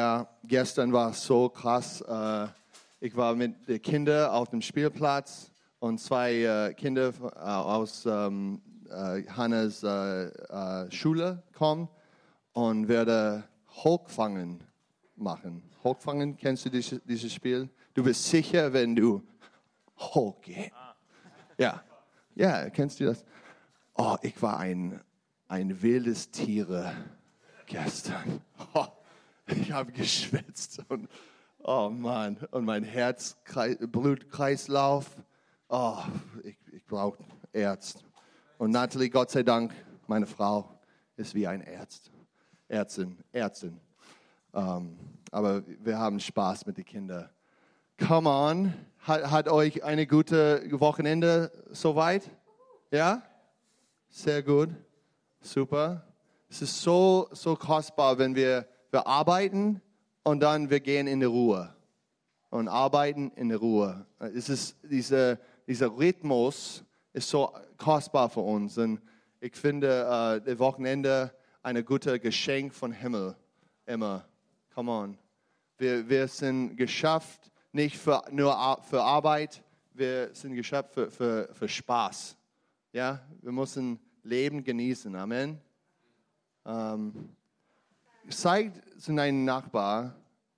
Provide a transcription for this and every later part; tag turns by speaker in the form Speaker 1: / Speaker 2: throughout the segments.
Speaker 1: Ja, gestern war es so krass. Äh, ich war mit den Kindern auf dem Spielplatz und zwei äh, Kinder f- äh, aus ähm, äh, Hannes äh, äh, Schule kommen und werde Hochfangen machen. Hochfangen, kennst du dieses, dieses Spiel? Du bist sicher, wenn du hochgehst. Ja, ja, kennst du das? Oh, ich war ein, ein wildes Tiere gestern. Oh, ich habe geschwitzt und oh Mann, und mein Herzkreis, Blutkreislauf. Oh, ich, ich brauche Ärzt. Und Natalie, Gott sei Dank, meine Frau ist wie ein Ärzt. Ärztin, Ärztin. Ähm, aber wir haben Spaß mit den Kindern. Come on. Hat, hat euch eine gute Wochenende soweit? Ja? Sehr gut. Super. Es ist so, so kostbar, wenn wir, wir arbeiten und dann wir gehen in die Ruhe. Und arbeiten in die Ruhe. Es ist diese, dieser Rhythmus ist so kostbar für uns. Und ich finde äh, das Wochenende ein gutes Geschenk von Himmel. Immer. Come on. Wir, wir sind geschafft nicht für, nur Ar- für Arbeit, wir sind geschafft für, für, für Spaß. Ja, wir müssen Leben genießen. Amen. Ähm, zeig zu deinem Nachbar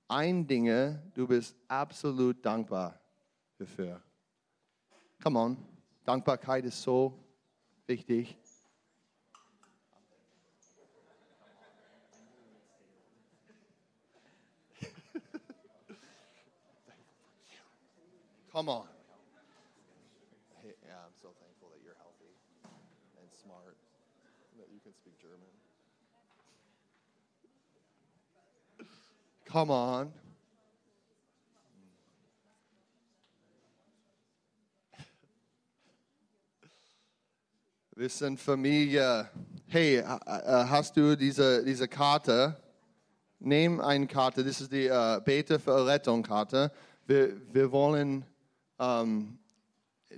Speaker 1: ein Dinge, du bist absolut dankbar dafür. Come on, Dankbarkeit ist so wichtig. Come on. Hey, yeah, I'm so thankful that you're healthy and smart and that you can speak German. Come on. Wir sind Familie. Hey, ha- ha- hast du diese, diese Karte? Nehmen eine Karte, das ist die äh, Bete für Errettung-Karte. Wir, wir wollen ähm,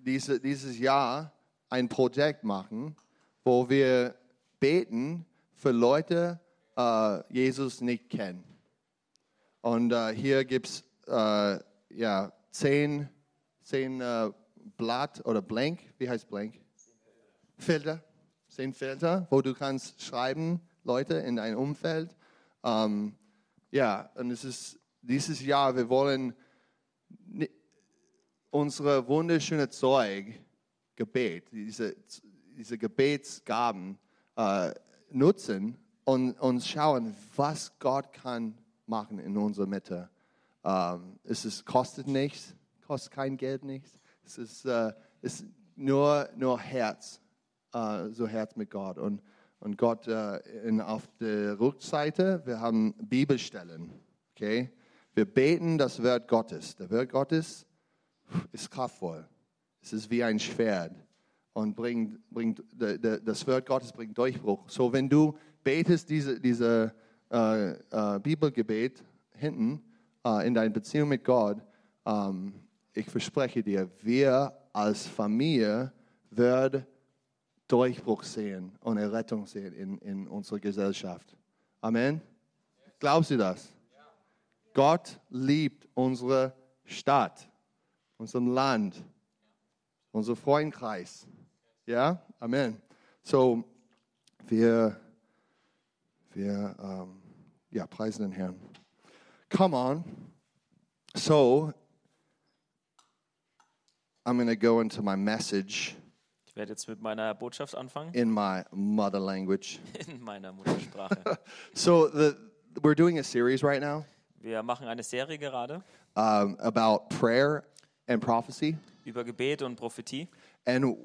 Speaker 1: diese, dieses Jahr ein Projekt machen, wo wir beten für Leute, äh, Jesus nicht kennen. Und äh, hier gibt es äh, ja, zehn, zehn äh, Blatt oder Blank, wie heißt Blank? Filter, zehn Filter, wo du kannst schreiben, Leute in dein Umfeld. Ähm, ja, und es ist dieses Jahr, wir wollen ni- unsere wunderschöne Zeug, Gebet, diese, diese Gebetsgaben äh, nutzen und, und schauen, was Gott kann machen in unserer Mitte. Ähm, es ist, kostet nichts, kostet kein Geld nichts. Es ist, äh, es ist nur, nur Herz, äh, so Herz mit Gott. Und, und Gott äh, in, auf der Rückseite, wir haben Bibelstellen. Okay? Wir beten das Wort Gottes. Der Wort Gottes ist kraftvoll. Es ist wie ein Schwert und bringt, bringt de, de, das Wort Gottes bringt Durchbruch. So wenn du betest diese, diese äh, äh, Bibelgebet hinten äh, in deiner Beziehung mit Gott, ähm, ich verspreche dir, wir als Familie werden Durchbruch sehen und Errettung sehen in, in unserer Gesellschaft. Amen. Glaubst du das? Gott liebt unsere Stadt unser Land, unser Freundkreis. Ja, Amen. So, wir, wir ähm, ja, preisen den Herrn. Come on. So, I'm going to go into my message
Speaker 2: Ich werde jetzt mit meiner Botschaft anfangen,
Speaker 1: in my mother language.
Speaker 2: in meiner Muttersprache.
Speaker 1: So, the, we're doing a series right now
Speaker 2: Wir machen eine Serie gerade
Speaker 1: um, about prayer and prophecy.
Speaker 2: über Gebet und Prophetie.
Speaker 1: And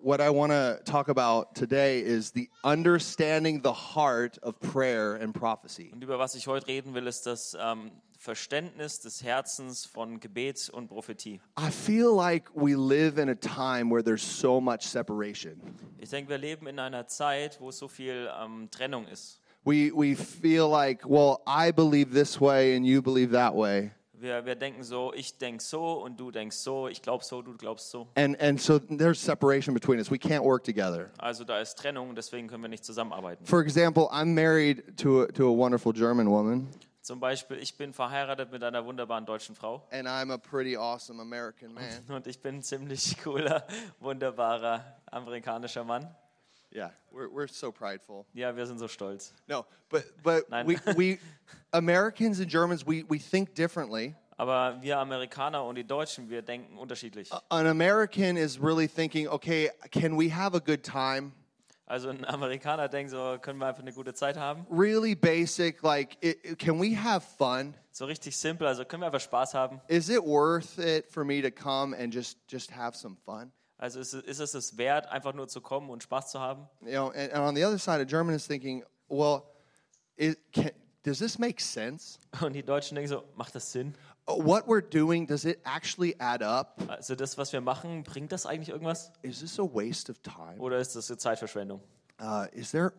Speaker 1: what I want to talk about today is the understanding the heart of prayer and prophecy.
Speaker 2: Und über was ich heute reden will, ist das ähm, Verständnis des Herzens von Gebet und Prophetie.
Speaker 1: I feel like we live in a time where there's so much separation.
Speaker 2: Ich denke, wir leben in einer Zeit, wo so viel ähm, Trennung ist.
Speaker 1: We, we feel like, well, I believe this way and you believe that way.
Speaker 2: Wir, wir denken so, ich denk so und du denkst so, ich glaub so, du glaubst so.
Speaker 1: And, and so there's separation between us. We can't work together.
Speaker 2: Also da ist Trennung, deswegen können wir nicht zusammenarbeiten.
Speaker 1: For example, I'm married to a, to a wonderful German woman.
Speaker 2: Zum Beispiel, ich bin verheiratet mit einer wunderbaren deutschen Frau
Speaker 1: and I'm a pretty awesome American man.
Speaker 2: und ich bin ein ziemlich cooler, wunderbarer amerikanischer Mann.
Speaker 1: Yeah, we're, we're so prideful.
Speaker 2: Ja, wir sind so stolz.
Speaker 1: No, but but
Speaker 2: Nein.
Speaker 1: we we Americans and Germans we we think differently.
Speaker 2: Aber wir Amerikaner und die Deutschen, wir denken unterschiedlich.
Speaker 1: An American is really thinking, okay, can we have a good time?
Speaker 2: Also ein Amerikaner denkt so, können wir einfach eine gute Zeit haben?
Speaker 1: Really basic, like, it, it- can we have fun?
Speaker 2: So richtig simpel, also können wir einfach Spaß haben?
Speaker 1: Is it worth it for me to come and just just have some fun?
Speaker 2: Also ist, es- ist es es wert, einfach nur zu kommen und Spaß zu haben?
Speaker 1: You know, and, and on the other side, a German is thinking, well, it, can, does this make sense?
Speaker 2: Und die Deutschen denken so, macht das Sinn?
Speaker 1: Uh, What we're doing, does it actually add up?
Speaker 2: Also das, was wir machen, bringt das eigentlich irgendwas?
Speaker 1: Is this a waste of time?
Speaker 2: Oder ist das eine Zeitverschwendung?
Speaker 1: Uh, is there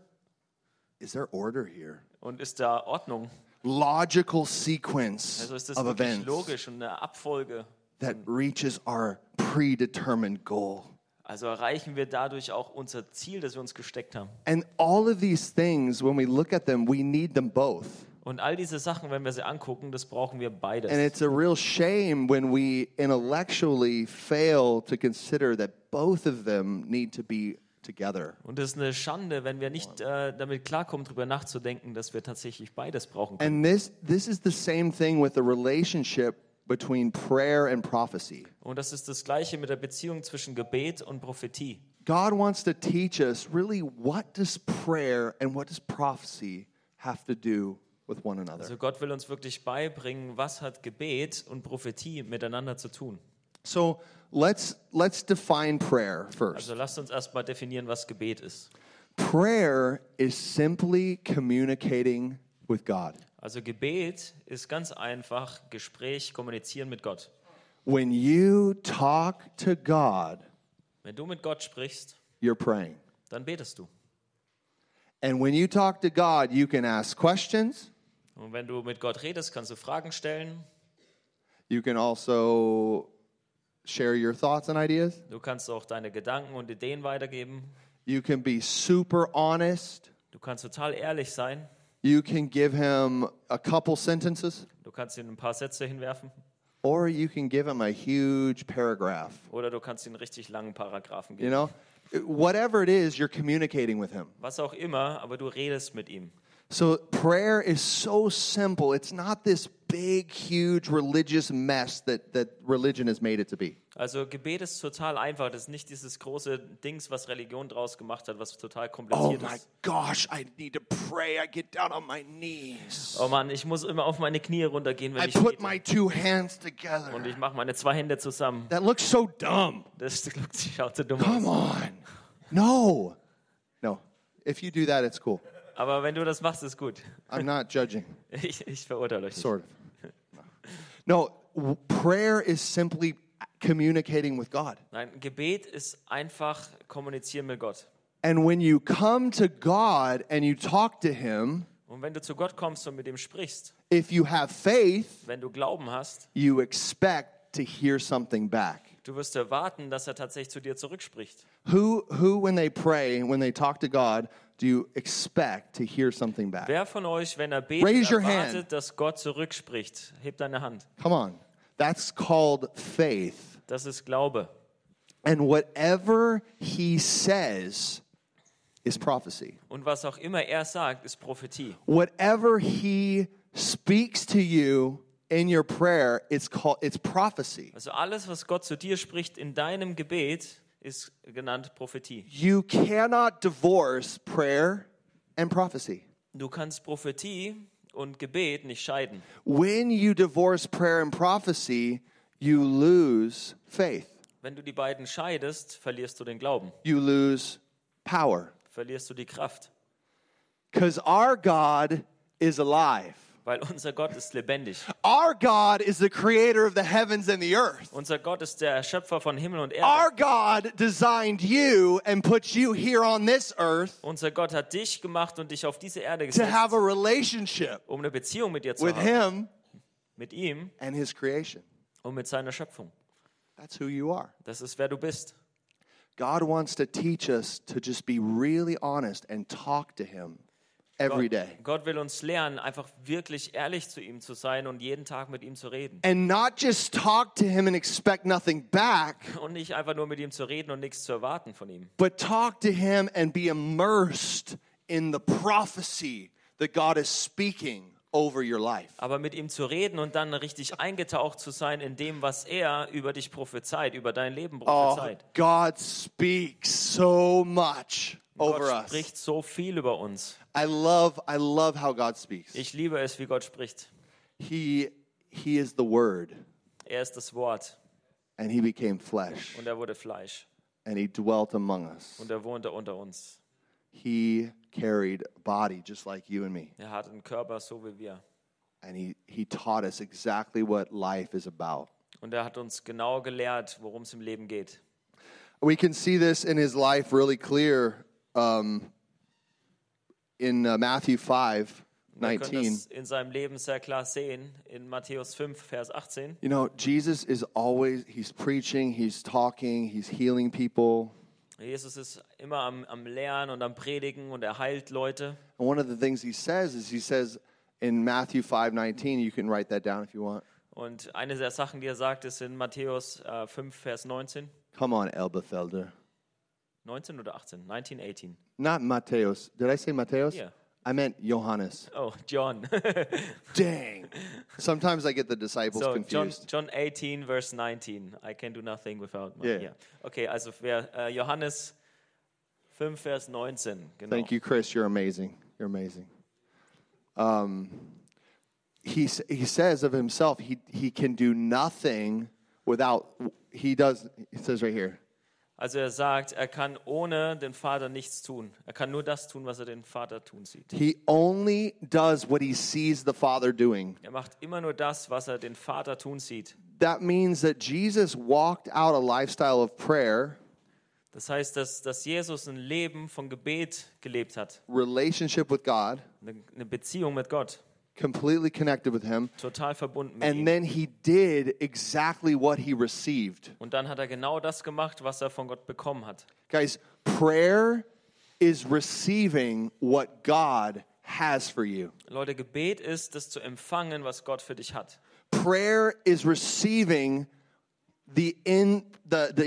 Speaker 1: is there order here?
Speaker 2: Und ist da Ordnung?
Speaker 1: Logical sequence
Speaker 2: Also ist das
Speaker 1: of
Speaker 2: wirklich
Speaker 1: events
Speaker 2: logisch und eine Abfolge?
Speaker 1: that reaches our predetermined goal.
Speaker 2: Also erreichen wir dadurch auch unser Ziel, das wir uns gesteckt haben.
Speaker 1: And all of these things, when we look at them, we need them both.
Speaker 2: Und all diese Sachen, wenn wir sie angucken, das brauchen wir beides.
Speaker 1: And it's a real shame when we intellectually fail to consider that both of them need to be together.
Speaker 2: Und es ist eine Schande, wenn wir nicht äh, damit klarkommen, darüber nachzudenken, dass wir tatsächlich beides brauchen können.
Speaker 1: And this this is the same thing with the relationship between prayer and prophecy.
Speaker 2: Und das ist das Gleiche mit der Beziehung zwischen Gebet und Prophetie.
Speaker 1: God wants to teach us really what does prayer and what does prophecy have to do with one another.
Speaker 2: Also Gott will uns wirklich beibringen, was hat Gebet und Prophetie miteinander zu tun.
Speaker 1: So let's let's define prayer first.
Speaker 2: Also lasst uns erstmal definieren, was Gebet ist.
Speaker 1: Prayer is simply communicating with God.
Speaker 2: Also Gebet ist ganz einfach Gespräch, kommunizieren mit Gott.
Speaker 1: When you talk to God,
Speaker 2: Wenn du mit Gott sprichst,
Speaker 1: you're praying.
Speaker 2: dann betest du.
Speaker 1: And when you talk to God, you can ask questions.
Speaker 2: Und wenn du mit Gott redest, kannst du Fragen stellen,
Speaker 1: You can also share your thoughts and ideas.
Speaker 2: du kannst auch deine Gedanken und Ideen weitergeben,
Speaker 1: You can be super honest.
Speaker 2: du kannst total ehrlich sein,
Speaker 1: You can give him a couple sentences
Speaker 2: du kannst ihm ein paar Sätze hinwerfen
Speaker 1: or you can give him a huge paragraph.
Speaker 2: oder du kannst ihm einen richtig langen Paragraphen
Speaker 1: You
Speaker 2: geben.
Speaker 1: know, whatever it is, you're communicating with him.
Speaker 2: Was auch immer, aber du redest mit ihm.
Speaker 1: So prayer is so simple. It's not this big, huge religious mess that, that religion has made it to be.
Speaker 2: Also Gebet ist total einfach. Das ist nicht dieses große Dings, was Religion draus gemacht hat, was total
Speaker 1: Oh
Speaker 2: kompliziert
Speaker 1: my
Speaker 2: ist.
Speaker 1: gosh, I need to pray. I get down on my knees.
Speaker 2: Oh Mann, ich muss immer auf meine Knie runtergehen, wenn
Speaker 1: I
Speaker 2: ich
Speaker 1: put
Speaker 2: bete.
Speaker 1: my two hands
Speaker 2: Und
Speaker 1: together.
Speaker 2: ich mache meine zwei Hände zusammen.
Speaker 1: That looks so dumb.
Speaker 2: Das schaut so dumm
Speaker 1: Come
Speaker 2: aus.
Speaker 1: on. No. No. If you do that, it's cool.
Speaker 2: Aber wenn du das machst, ist gut.
Speaker 1: I'm not judging,
Speaker 2: Ich, ich verurteile euch nicht.
Speaker 1: sort of. No, w- prayer is simply communicating with God.
Speaker 2: Nein, Gebet ist einfach kommunizieren mit Gott.
Speaker 1: And when you come to God and you talk to Him,
Speaker 2: Und wenn du zu Gott kommst und mit ihm sprichst,
Speaker 1: if you have faith,
Speaker 2: wenn du Glauben hast,
Speaker 1: you expect to hear something back.
Speaker 2: du wirst erwarten, dass er tatsächlich zu dir zurückspricht.
Speaker 1: Who, who, when they pray, when they talk to God, do you expect to hear something back?
Speaker 2: Wer von euch, wenn er betet,
Speaker 1: Raise your
Speaker 2: erwartet,
Speaker 1: hand.
Speaker 2: dass Gott zurückspricht? Heb deine Hand.
Speaker 1: Come on. That's called faith.
Speaker 2: Das ist Glaube.
Speaker 1: And whatever He says is prophecy.
Speaker 2: Und was auch immer er sagt, ist Prophetie.
Speaker 1: Whatever He speaks to you in your prayer, it's called it's prophecy.
Speaker 2: Also alles, was Gott zu dir spricht in deinem Gebet, ist genannt Prophetie.
Speaker 1: You cannot divorce prayer and prophecy.
Speaker 2: Du kannst Prophetie und Gebet nicht scheiden.
Speaker 1: When you divorce prayer and prophecy, you lose faith,
Speaker 2: Wenn du die beiden scheidest, verlierst du den Glauben,
Speaker 1: you lose power.
Speaker 2: verlierst du die Kraft,
Speaker 1: Because our God is alive.
Speaker 2: weil unser Gott ist lebendig.
Speaker 1: Our God is the creator of the heavens and the earth.
Speaker 2: Unser Gott ist der Erschöpfer von Himmel und Erde.
Speaker 1: Our God designed you and put you here on this earth
Speaker 2: Unser Gott hat dich gemacht und dich auf diese Erde
Speaker 1: to have
Speaker 2: gesetzt,
Speaker 1: a relationship
Speaker 2: um eine Beziehung mit dir zu
Speaker 1: with Him
Speaker 2: haben, mit ihm
Speaker 1: and His creation.
Speaker 2: und mit seiner Schöpfung.
Speaker 1: That's who you are.
Speaker 2: Das ist wer du bist.
Speaker 1: God wants to teach us to just be really honest and talk to Him every
Speaker 2: Gott,
Speaker 1: day.
Speaker 2: Gott will uns lernen, einfach wirklich ehrlich zu ihm zu sein und jeden Tag mit ihm zu reden.
Speaker 1: And not just talk to Him and expect nothing back,
Speaker 2: Und nicht einfach nur mit ihm zu reden und nichts zu erwarten von ihm.
Speaker 1: but talk to Him and be immersed in the prophecy that God is speaking over your life.
Speaker 2: Aber mit ihm zu reden und dann richtig eingetaucht zu sein in dem, was er über dich prophezeit, über dein Leben
Speaker 1: Oh,
Speaker 2: prophezeit.
Speaker 1: God speaks so much over
Speaker 2: Gott
Speaker 1: us.
Speaker 2: spricht so viel über uns.
Speaker 1: I love, I love how God speaks.
Speaker 2: Ich liebe es, wie Gott spricht.
Speaker 1: He, he is the Word,
Speaker 2: Er ist das Wort
Speaker 1: and He became flesh,
Speaker 2: und er wurde Fleisch
Speaker 1: and He dwelt among us.
Speaker 2: und er wohnte unter uns.
Speaker 1: He carried a body just like you and me,
Speaker 2: Er hat einen Körper so wie wir
Speaker 1: and He, he taught us exactly what life is about.
Speaker 2: und er hat uns genau gelehrt, worum es im Leben geht.
Speaker 1: We can see this in His life really clear um, in uh, Matthew 5
Speaker 2: Wir können
Speaker 1: 19.
Speaker 2: das in seinem Leben sehr klar sehen in Matthäus 5, Vers 18.
Speaker 1: You know, Jesus is always, he's preaching, he's talking, he's healing people.
Speaker 2: Jesus ist immer am, am Lernen und am Predigen und er heilt Leute.
Speaker 1: And one of the things he says is he says in Matthew 5:19, you can write that down if you want.
Speaker 2: Und eine der Sachen, die er sagt, ist in Matthäus äh, 5, Vers 19.
Speaker 1: Come on, Elbefelder.
Speaker 2: 19 oder 18? 19, 18.
Speaker 1: Not Mateos. Did I say Mateos?
Speaker 2: Yeah.
Speaker 1: I meant Johannes.
Speaker 2: Oh, John.
Speaker 1: Dang. Sometimes I get the disciples
Speaker 2: so, John,
Speaker 1: confused.
Speaker 2: John 18, Vers 19. I can do nothing without my.
Speaker 1: Yeah.
Speaker 2: Yeah. Okay, also wer, äh, Johannes 5, Vers 19. Genau.
Speaker 1: Thank you, Chris. You're amazing. You're amazing. Um, he, s- he says of himself, he, he can do nothing without, he does, it says right here,
Speaker 2: Also er sagt, er kann ohne den Vater nichts tun. Er kann nur das tun, was er den Vater tun sieht.
Speaker 1: He only does what he sees the Father doing.
Speaker 2: Er macht immer nur das, was er den Vater tun sieht.
Speaker 1: That means that Jesus walked out a lifestyle of prayer,
Speaker 2: Das heißt, dass, dass Jesus ein Leben von Gebet gelebt hat.
Speaker 1: relationship with God,
Speaker 2: Eine, eine Beziehung mit Gott.
Speaker 1: completely connected with Him,
Speaker 2: Total verbunden mit ihm.
Speaker 1: and then he did exactly what he received.
Speaker 2: Und dann hat er genau das gemacht, was er von Gott bekommen hat.
Speaker 1: Guys, prayer is receiving what God has for you.
Speaker 2: Leute, Gebet ist, das zu empfangen, was Gott für dich hat.
Speaker 1: Prayer is receiving the in the, the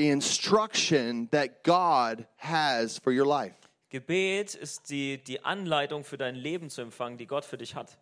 Speaker 1: instruction that God has for your life.
Speaker 2: Gebet ist die, die Anleitung für dein Leben zu empfangen, die Gott für dich hat.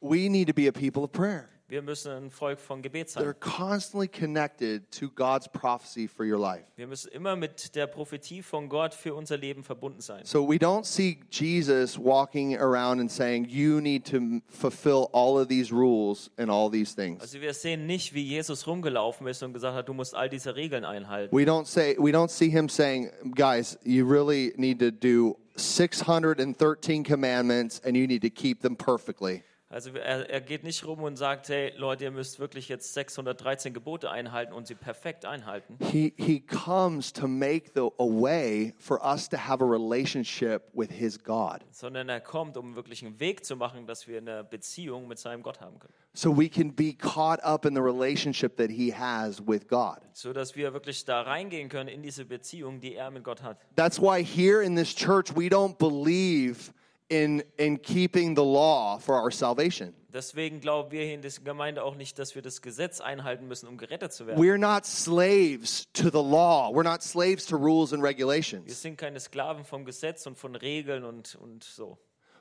Speaker 1: We need to be a people of prayer.
Speaker 2: Wir müssen ein Volk von Gebet
Speaker 1: that are
Speaker 2: sein.
Speaker 1: constantly connected to God's prophecy for your life.
Speaker 2: Wir müssen immer mit der Prophetie von Gott für unser Leben verbunden sein.
Speaker 1: So we don't see Jesus walking around and saying, You need to m- fulfill all of these rules and all these things.
Speaker 2: Also wir sehen nicht, wie Jesus rumgelaufen ist und gesagt hat, du musst all diese Regeln einhalten.
Speaker 1: We don't say we don't see him saying, guys, you really need to do 613 commandments and you need to keep them perfectly.
Speaker 2: Also er, er geht nicht rum und sagt, hey Leute, ihr müsst wirklich jetzt 613 Gebote einhalten und sie perfekt einhalten.
Speaker 1: He he comes to make the a way for us to have a relationship with his God.
Speaker 2: sondern er kommt, um wirklich einen Weg zu machen, dass wir eine Beziehung mit seinem Gott haben können.
Speaker 1: So we can be caught up in the relationship that he has with God.
Speaker 2: So dass wir wirklich da reingehen können in diese Beziehung, die er mit Gott hat.
Speaker 1: That's why here in this church we don't believe in in keeping the law for our salvation.
Speaker 2: Deswegen glauben wir hier in dieser Gemeinde auch nicht, dass wir das Gesetz einhalten müssen, um gerettet zu werden.
Speaker 1: We're not slaves to the law. We're not slaves to rules and
Speaker 2: Wir
Speaker 1: regulations.
Speaker 2: sind keine Sklaven vom Gesetz und von Regeln und, und so.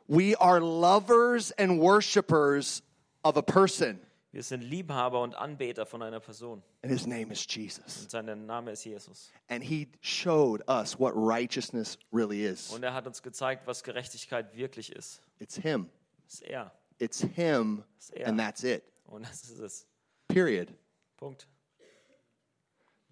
Speaker 1: We are lovers and worshipers of a person,
Speaker 2: Wir sind Liebhaber und Anbeter von einer Person.
Speaker 1: and his name is Jesus.
Speaker 2: Und sein Name ist Jesus.
Speaker 1: And he showed us what righteousness really is.
Speaker 2: Und er hat uns gezeigt, was Gerechtigkeit wirklich ist.
Speaker 1: It's him.
Speaker 2: Das ist er.
Speaker 1: It's him and that's it.
Speaker 2: Und das ist es.
Speaker 1: Period.
Speaker 2: Punkt.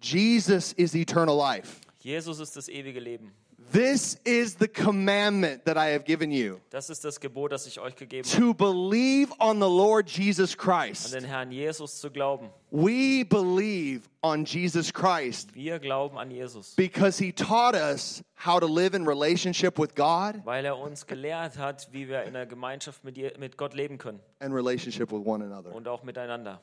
Speaker 1: Jesus is eternal life.
Speaker 2: Jesus ist das ewige Leben.
Speaker 1: This is the commandment that I have given you.
Speaker 2: Das ist das Gebot, das ich euch gegeben habe.
Speaker 1: to believe on the Lord Jesus
Speaker 2: an
Speaker 1: Christ.
Speaker 2: den Herrn Jesus zu glauben.
Speaker 1: We believe on Jesus Christ
Speaker 2: Wir glauben an Jesus,
Speaker 1: because he taught us how to live in relationship with God
Speaker 2: weil er uns gelehrt hat, wie wir in der Gemeinschaft mit, Je- mit Gott leben können
Speaker 1: and relationship with one another.
Speaker 2: und auch miteinander.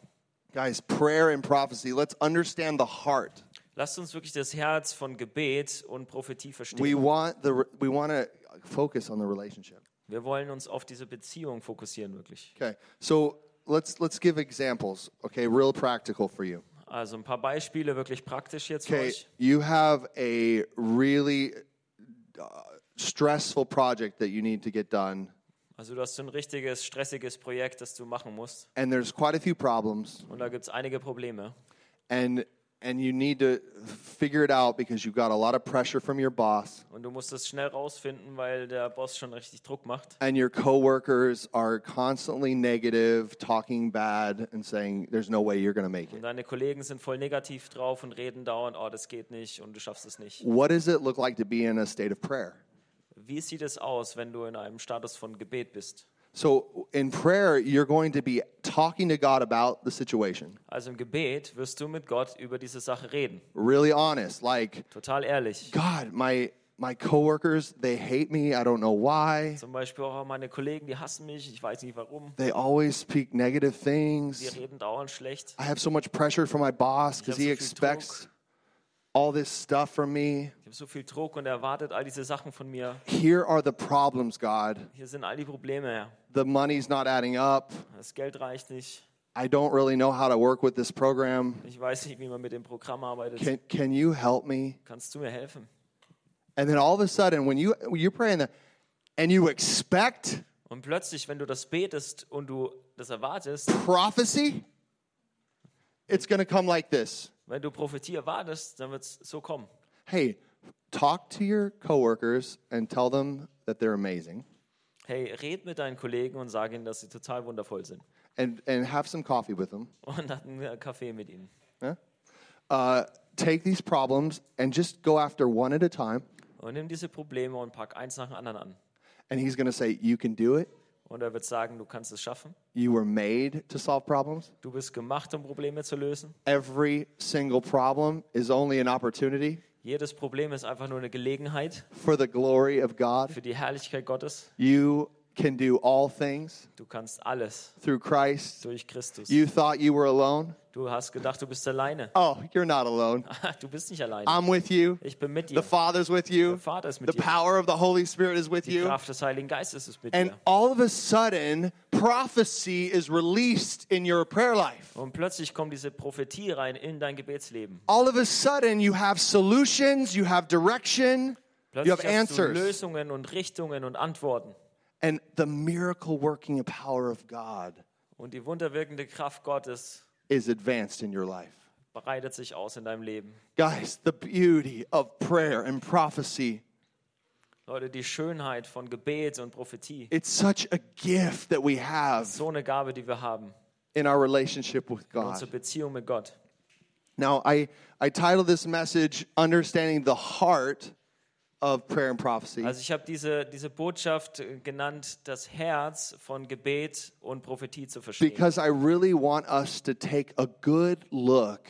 Speaker 1: Guys, prayer and prophecy, let's understand the heart.
Speaker 2: Lasst uns wirklich das Herz von Gebet und Prophetie
Speaker 1: We
Speaker 2: verstehen.
Speaker 1: want the we want to focus on the relationship.
Speaker 2: Wir wollen uns auf diese Beziehung fokussieren, wirklich.
Speaker 1: Okay. So let's let's give examples. Okay, real practical for you.
Speaker 2: Also ein paar Beispiele, wirklich praktisch jetzt für
Speaker 1: Okay,
Speaker 2: euch.
Speaker 1: you have a really uh, stressful project that you need to get done,
Speaker 2: Also du hast so ein richtiges, stressiges Projekt, das du machen musst.
Speaker 1: and there's quite a few problems,
Speaker 2: Und da gibt es einige Probleme.
Speaker 1: and and you need to figure it out because you've got a lot of pressure from your boss,
Speaker 2: Und du musst es schnell rausfinden, weil der Boss schon richtig Druck macht.
Speaker 1: and your coworkers are constantly negative, talking bad, and saying there's no way you're going to make
Speaker 2: Und
Speaker 1: it.
Speaker 2: deine Kollegen sind voll negativ drauf und reden dauernd, oh, das geht nicht und du schaffst es nicht.
Speaker 1: What does it look like to be in a state of prayer?
Speaker 2: Wie sieht es aus, wenn du in einem Status von Gebet bist?
Speaker 1: So in prayer, you're going to be talking to God about the situation,
Speaker 2: Also im Gebet wirst du mit Gott über diese Sache reden.
Speaker 1: really honest, like.
Speaker 2: Total ehrlich.
Speaker 1: God, my my coworkers, they hate me. I don't know why.
Speaker 2: Zum Beispiel auch meine Kollegen, die hassen mich, ich weiß nicht warum.
Speaker 1: They always speak negative
Speaker 2: Die
Speaker 1: things.
Speaker 2: reden dauernd schlecht.
Speaker 1: I have so much pressure from my boss because
Speaker 2: Ich hab
Speaker 1: he
Speaker 2: so viel
Speaker 1: expects
Speaker 2: Druck.
Speaker 1: all this stuff from me.
Speaker 2: Ich habe so viel Druck und er erwartet all diese Sachen von mir.
Speaker 1: Here are the problems, God.
Speaker 2: Hier sind all die Probleme. Herr.
Speaker 1: The money's not adding up.
Speaker 2: Das Geld reicht nicht.
Speaker 1: I don't really know how to work with this program.
Speaker 2: Ich weiß nicht, wie man mit dem Programm arbeitet.
Speaker 1: Can can you help me?
Speaker 2: Kannst du mir helfen?
Speaker 1: And then all of a sudden, when you when you're praying that, and you expect
Speaker 2: Und plötzlich, wenn du das betest und du das erwartest,
Speaker 1: prophecy, it's going to come like this.
Speaker 2: wenn du Prophetie erwartest, dann wird es so kommen.
Speaker 1: hey, talk to your coworkers and tell them that they're amazing
Speaker 2: Hey, red mit deinen Kollegen und sag ihnen, dass sie total wundervoll sind.
Speaker 1: and, and have some coffee with them.
Speaker 2: Und dann einen Kaffee mit ihnen.
Speaker 1: Yeah? Uh, take these problems and just go after one at a time.
Speaker 2: Und nimm diese Probleme und pack eins nach dem anderen an.
Speaker 1: And he's going to say, You can do it.
Speaker 2: Und er wird sagen, du kannst es schaffen.
Speaker 1: You were made to solve problems.
Speaker 2: Du bist gemacht, um Probleme zu lösen.
Speaker 1: Every single problem is only an opportunity
Speaker 2: Jedes Problem ist einfach nur eine Gelegenheit
Speaker 1: for the glory of God.
Speaker 2: für die Herrlichkeit Gottes.
Speaker 1: You can do all things
Speaker 2: Du kannst alles
Speaker 1: through Christ.
Speaker 2: durch Christus.
Speaker 1: You thought you were alone.
Speaker 2: Du hast gedacht, du bist alleine. Ah,
Speaker 1: Oh, you're not alone.
Speaker 2: Du bist nicht alleine.
Speaker 1: I'm with you.
Speaker 2: Ich bin mit
Speaker 1: The
Speaker 2: dir.
Speaker 1: Father's with you.
Speaker 2: Der Vater ist
Speaker 1: The
Speaker 2: mit dir.
Speaker 1: power of the Holy Spirit is with
Speaker 2: Die
Speaker 1: you.
Speaker 2: Kraft des Heiligen Geistes ist mit
Speaker 1: And
Speaker 2: dir.
Speaker 1: all of a sudden, prophecy is released in your prayer life.
Speaker 2: Und plötzlich kommt diese Prophetie rein in dein Gebetsleben.
Speaker 1: All of a sudden, you have solutions, you have direction, you have
Speaker 2: Plötzlich hast du
Speaker 1: answers.
Speaker 2: Lösungen und Richtungen und Antworten.
Speaker 1: And the miracle working power of God
Speaker 2: Und die wunderwirkende Kraft Gottes
Speaker 1: is advanced in your life.
Speaker 2: breitet sich aus in deinem Leben.
Speaker 1: Guys, the beauty of prayer and prophecy,
Speaker 2: Leute, die Schönheit von Gebet und Prophetie.
Speaker 1: it's such a gift that we have
Speaker 2: So eine Gabe, die wir haben.
Speaker 1: in our relationship with God.
Speaker 2: Unsere Beziehung mit Gott.
Speaker 1: Now, I, I titled this message, Understanding the Heart of Prayer and Prophecy.
Speaker 2: Also ich habe diese, diese Botschaft äh, genannt, das Herz von Gebet und Prophetie zu verstehen.
Speaker 1: because I really want us to take a good look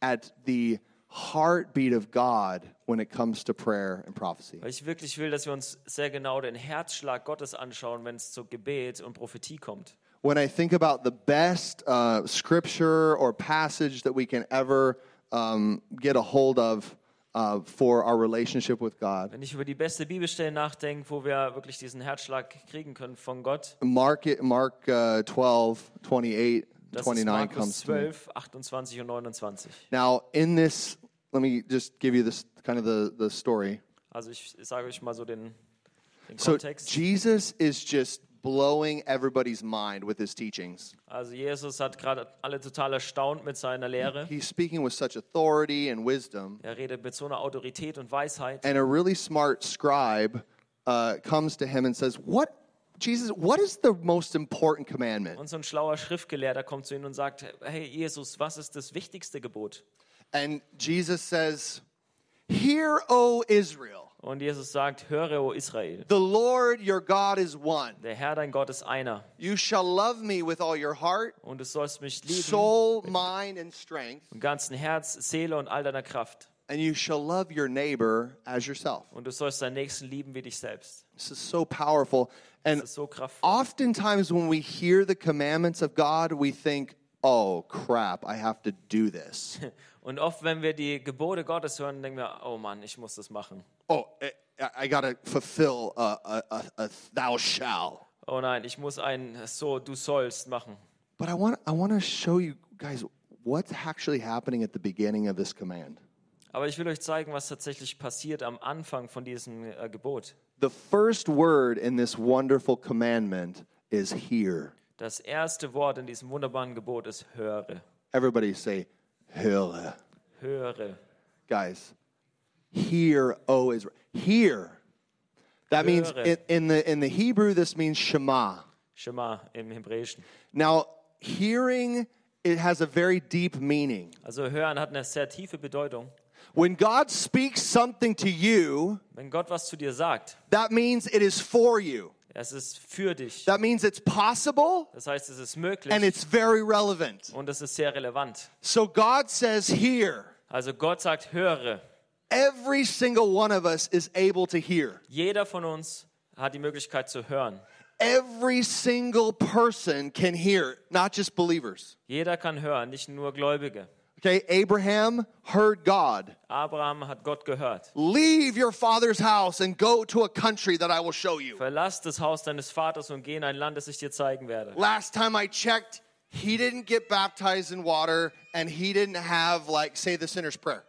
Speaker 1: at the heartbeat of God when it comes to prayer and prophecy.
Speaker 2: Weil ich wirklich will, dass wir uns sehr genau den Herzschlag Gottes anschauen, wenn es zu Gebet und Prophetie kommt.
Speaker 1: When I think about the best uh, scripture or passage that we can ever um, get a hold of uh, for our relationship with God,
Speaker 2: Wenn ich über die beste Bibelstelle nachdenke, wo wir wirklich diesen Herzschlag kriegen können von Gott,
Speaker 1: Mark, it, Mark uh, 12, 28,
Speaker 2: das ist
Speaker 1: 29
Speaker 2: Markus
Speaker 1: comes to me.
Speaker 2: 12, 28 und 29.
Speaker 1: Now, in this, let me just give you this kind of the, the story.
Speaker 2: Also ich sage euch mal so den, den
Speaker 1: So
Speaker 2: Kontext.
Speaker 1: Jesus is just blowing everybody's mind with his teachings.
Speaker 2: Also Jesus hat gerade alle total erstaunt mit seiner Lehre.
Speaker 1: He's speaking with such authority and wisdom.
Speaker 2: Er redet mit so einer Autorität und Weisheit.
Speaker 1: And a really smart scribe uh, comes to him and says, "What, Jesus? What is the most important commandment?"
Speaker 2: Und so ein schlauer Schriftgelehrter kommt zu ihm und sagt, hey Jesus, was ist das wichtigste Gebot?
Speaker 1: And Jesus says, "Hear, O Israel,
Speaker 2: Und Jesus sagt, höre, o Israel,
Speaker 1: the Lord your God is one.
Speaker 2: der Herr dein Gott ist einer.
Speaker 1: You shall love me with all your heart,
Speaker 2: Und du sollst mich lieben,
Speaker 1: soul, mind, and strength,
Speaker 2: im ganzen Herz, Seele und all deiner Kraft.
Speaker 1: and you shall love your neighbor as yourself."
Speaker 2: Und du sollst deinen Nächsten lieben wie dich selbst.
Speaker 1: This is so powerful. And
Speaker 2: Das ist so kraftvoll.
Speaker 1: oftentimes when we hear the commandments of God, we think, oh crap, I have to do this.
Speaker 2: Und oft, wenn wir die Gebote Gottes hören, denken wir, oh Mann, ich muss das machen.
Speaker 1: oh, I, I got to fulfill a, a, a, a thou shall.
Speaker 2: Oh nein, ich muss ein so, du sollst machen.
Speaker 1: But I want, I want to show you guys what's actually happening at the beginning of this command.
Speaker 2: Aber ich will euch zeigen, was tatsächlich passiert am Anfang von diesem äh, Gebot.
Speaker 1: The first word in this wonderful commandment is here.
Speaker 2: Das erste Wort in diesem wunderbaren Gebot ist höre.
Speaker 1: Everybody say, höre.
Speaker 2: Höre.
Speaker 1: Guys, hear, O Israel. Hear. That means
Speaker 2: Höre.
Speaker 1: in, in, the, in the Hebrew, this means Shema.
Speaker 2: Schema im Hebräischen.
Speaker 1: Now, hearing, it has a very deep meaning.
Speaker 2: Also hören hat eine sehr tiefe Bedeutung.
Speaker 1: When God speaks something to you,
Speaker 2: Wenn Gott was zu dir sagt,
Speaker 1: that means it is for you.
Speaker 2: es ist für dich.
Speaker 1: That means it's possible
Speaker 2: Das heißt, es ist
Speaker 1: and
Speaker 2: möglich
Speaker 1: it's very relevant.
Speaker 2: und es ist sehr relevant.
Speaker 1: So God says here,
Speaker 2: Also Gott sagt, höre.
Speaker 1: every single one of us is able to hear.
Speaker 2: Jeder von uns hat die Möglichkeit zu hören.
Speaker 1: Every single person can hear, not just believers.
Speaker 2: Jeder kann hören, nicht nur Gläubige.
Speaker 1: Okay, Abraham heard God.
Speaker 2: Abraham hat Gott gehört.
Speaker 1: Leave your father's house and go to a country that I will show you.
Speaker 2: Verlass das Haus deines Vaters und geh in ein Land, das ich dir zeigen werde.
Speaker 1: Last time I checked, he didn't get baptized in water and he didn't have, like, say, the sinner's prayer.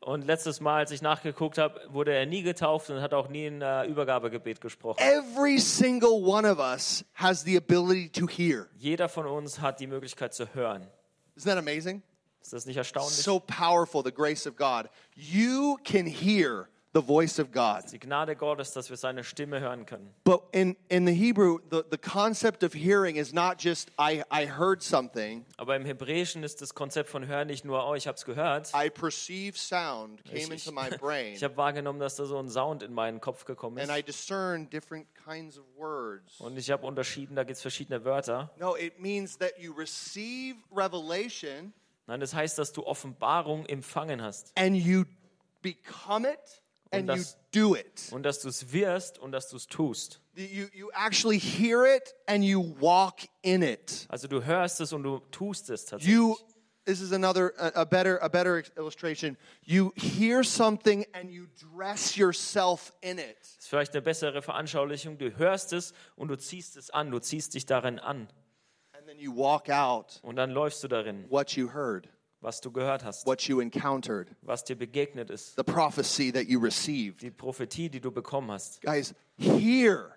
Speaker 2: Und letztes Mal, als ich nachgeguckt habe, wurde er nie getauft und hat auch nie ein äh, Übergabegebet gesprochen.
Speaker 1: Every single one of us has the ability to hear.
Speaker 2: Jeder von uns hat die Möglichkeit zu hören.
Speaker 1: Isn't that amazing?
Speaker 2: Ist das nicht erstaunlich?
Speaker 1: So powerful, the grace of God. You can hear the voice of God.
Speaker 2: Die Gnade Gottes, dass wir seine Stimme hören können.
Speaker 1: But in, in the Hebrew, the, the concept of hearing is not just I, I heard something,
Speaker 2: Aber im Hebräischen ist das Konzept von Hören nicht nur, oh, ich habe es gehört.
Speaker 1: I perceive sound came
Speaker 2: ich
Speaker 1: into my brain,
Speaker 2: ich habe wahrgenommen, dass da so ein Sound in meinen Kopf gekommen
Speaker 1: and I
Speaker 2: ist.
Speaker 1: discern different kinds of words.
Speaker 2: Und ich habe unterschieden, da gibt es verschiedene Wörter.
Speaker 1: No, it means that you receive revelation
Speaker 2: Nein, das heißt, dass du Offenbarung empfangen hast.
Speaker 1: and you become it and you
Speaker 2: das-
Speaker 1: do it.
Speaker 2: Und dass du es wirst und dass du es tust.
Speaker 1: You, you actually hear it and you walk in it.
Speaker 2: Also du hörst es und du tust es tatsächlich.
Speaker 1: you this is another a, a better a better illustration you hear something and you dress yourself in it
Speaker 2: Das ist vielleicht eine bessere Veranschaulichung. Du hörst es und du ziehst es an. Du ziehst dich darin an.
Speaker 1: and then you walk out
Speaker 2: Und dann läufst du darin,
Speaker 1: what you heard
Speaker 2: was du gehört hast,
Speaker 1: what you encountered
Speaker 2: was dir begegnet ist.
Speaker 1: the prophecy that you received
Speaker 2: Die Prophetie, die du bekommen hast.
Speaker 1: guys hear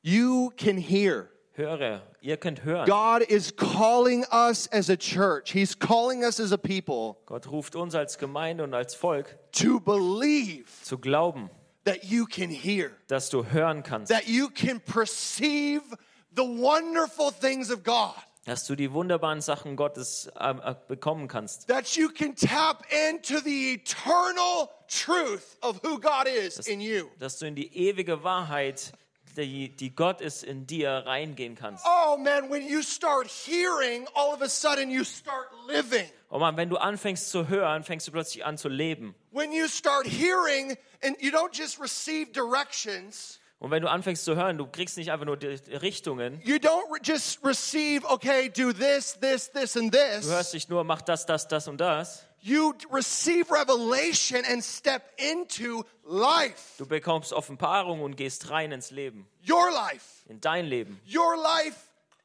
Speaker 1: you can hear
Speaker 2: Höre, ihr könnt hören.
Speaker 1: god is calling us as a church he's calling us as a people
Speaker 2: Gott ruft uns als Gemeinde und als Volk
Speaker 1: to believe
Speaker 2: zu glauben,
Speaker 1: that you can hear
Speaker 2: dass du hören kannst,
Speaker 1: that you can perceive the wonderful things of god
Speaker 2: dass du die wunderbaren Sachen Gottes ähm, äh, bekommen kannst,
Speaker 1: that you can tap into the eternal truth of who God is in you.
Speaker 2: dass du in die ewige Wahrheit, die, die Gott ist, in dir reingehen kannst.
Speaker 1: Oh man, when you start hearing, all of a sudden you start living.
Speaker 2: Oh Mann, wenn du anfängst zu hören, fängst du plötzlich an zu leben.
Speaker 1: When you start hearing, and you don't just receive directions,
Speaker 2: Und wenn du anfängst zu hören, du kriegst nicht einfach nur die Richtungen,
Speaker 1: you don't re- just receive, okay, do this, this, this, and
Speaker 2: du hörst
Speaker 1: this.
Speaker 2: nicht nur, mach das, das, das und das.
Speaker 1: You d- receive revelation and step into life,
Speaker 2: Du bekommst Offenbarung und gehst rein ins Leben,
Speaker 1: your life,
Speaker 2: in dein Leben,
Speaker 1: your life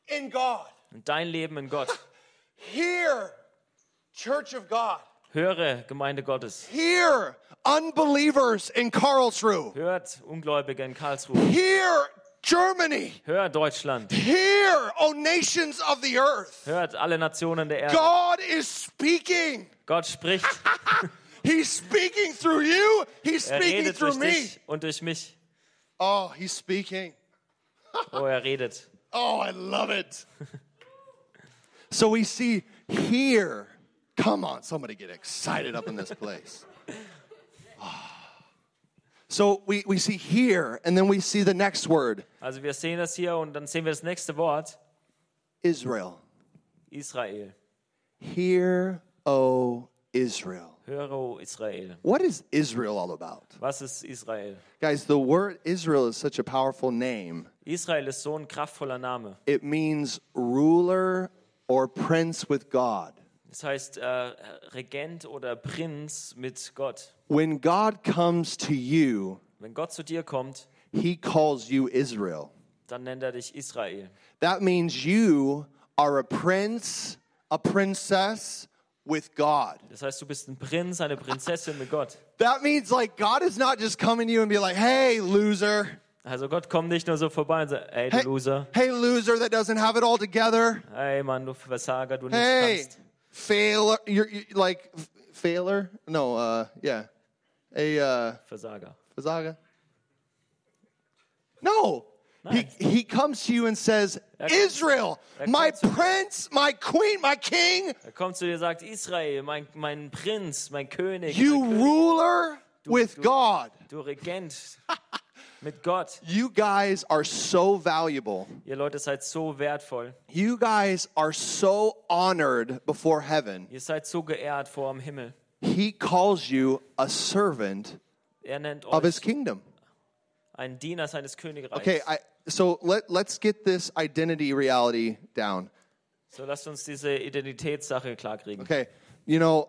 Speaker 1: in God.
Speaker 2: in dein Leben in Gott.
Speaker 1: Hear, Church of God.
Speaker 2: Höre, Gemeinde Gottes.
Speaker 1: Hear, unbelievers in Karlsruhe.
Speaker 2: Hört, Ungläubige in Karlsruhe.
Speaker 1: Hear, Germany.
Speaker 2: Hört, Deutschland.
Speaker 1: Hear, O nations of the earth.
Speaker 2: Hört alle Nationen der Erde.
Speaker 1: God is speaking.
Speaker 2: Gott spricht.
Speaker 1: He's speaking through you. He's
Speaker 2: Er
Speaker 1: speaking
Speaker 2: redet durch
Speaker 1: through me.
Speaker 2: dich und durch mich.
Speaker 1: Oh, he's speaking.
Speaker 2: Oh, er redet.
Speaker 1: Oh, I love it. so we see here. Come on, somebody get excited up in this place. Ah. So we, we see here, and then we see the next word
Speaker 2: Also wir sehen das hier und dann sehen wir das nächste Wort.
Speaker 1: Israel.
Speaker 2: Israel.
Speaker 1: Hear, O Israel.
Speaker 2: Höre, o Israel.
Speaker 1: What is Israel all about?
Speaker 2: Was ist Israel?
Speaker 1: Guys, the word Israel is such a powerful name.
Speaker 2: Israel ist so ein kraftvoller Name.
Speaker 1: It means ruler or prince with God.
Speaker 2: Das heißt, äh, Regent oder Prinz mit Gott.
Speaker 1: When God comes to you,
Speaker 2: Wenn Gott zu dir kommt,
Speaker 1: he calls you Israel.
Speaker 2: dann nennt er dich Israel.
Speaker 1: That means you are a prince, a princess with God.
Speaker 2: Das heißt, du bist ein Prinz, eine Prinzessin mit Gott.
Speaker 1: That means like God is not just coming to you and be like, "Hey, loser.
Speaker 2: Also Gott kommt nicht nur so vorbei und sagt, ey, du
Speaker 1: Hey,
Speaker 2: Loser,
Speaker 1: hey loser that doesn't have it all together.
Speaker 2: ey, Mann, du Versager, du
Speaker 1: Hey,
Speaker 2: nicht kannst.
Speaker 1: failure, you're, you like f- failure? No, uh, yeah. A uh,
Speaker 2: Versager.
Speaker 1: Zaga. No.
Speaker 2: Nice.
Speaker 1: He, he comes to you and says, Israel,
Speaker 2: that
Speaker 1: my
Speaker 2: comes to-
Speaker 1: prince, my queen, my king,
Speaker 2: Er kommt zu dir und sagt, Israel, mein, mein Prinz, mein König,
Speaker 1: you ruler with
Speaker 2: du-
Speaker 1: God.
Speaker 2: du Regent mit Gott.
Speaker 1: You guys are so valuable.
Speaker 2: Ihr Leute seid so wertvoll.
Speaker 1: You guys are so honored before heaven.
Speaker 2: Ihr seid so geehrt vor dem Himmel.
Speaker 1: He calls you a servant
Speaker 2: Er nennt
Speaker 1: of his
Speaker 2: euch
Speaker 1: kingdom.
Speaker 2: einen Diener seines Königreichs.
Speaker 1: Okay, I, so let, let's get this identity reality down.
Speaker 2: so lasst uns diese Identitätssache klarkriegen.
Speaker 1: Okay, you know,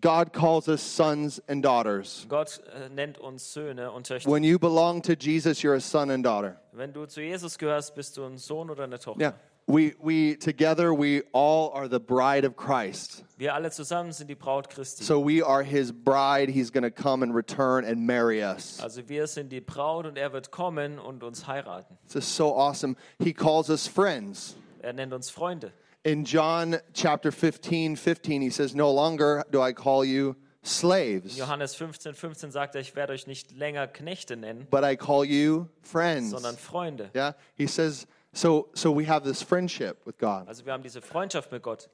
Speaker 1: God calls us sons and daughters.
Speaker 2: Gott äh, nennt uns Söhne und Töchter.
Speaker 1: When you belong to Jesus, you're a son and daughter.
Speaker 2: Wenn du zu Jesus gehörst, bist du ein Sohn oder eine Tochter.
Speaker 1: Yeah. We, we together, we all are the bride of Christ.
Speaker 2: Wir alle zusammen sind die Braut Christi.
Speaker 1: So we are his bride. He's going to come and return and marry us.
Speaker 2: also wir sind die Braut und er wird kommen und uns heiraten.
Speaker 1: This is so awesome. He calls us friends.
Speaker 2: Er nennt uns Freunde.
Speaker 1: In John chapter 15, 15, he says, No longer do I call you slaves,
Speaker 2: Johannes 15, 15 sagt er, ich werde euch nicht länger Knechte nennen,
Speaker 1: but I call you friends.
Speaker 2: sondern Freunde.
Speaker 1: Yeah. He says, so, so we have this friendship with God.
Speaker 2: Also wir haben diese Freundschaft mit Gott.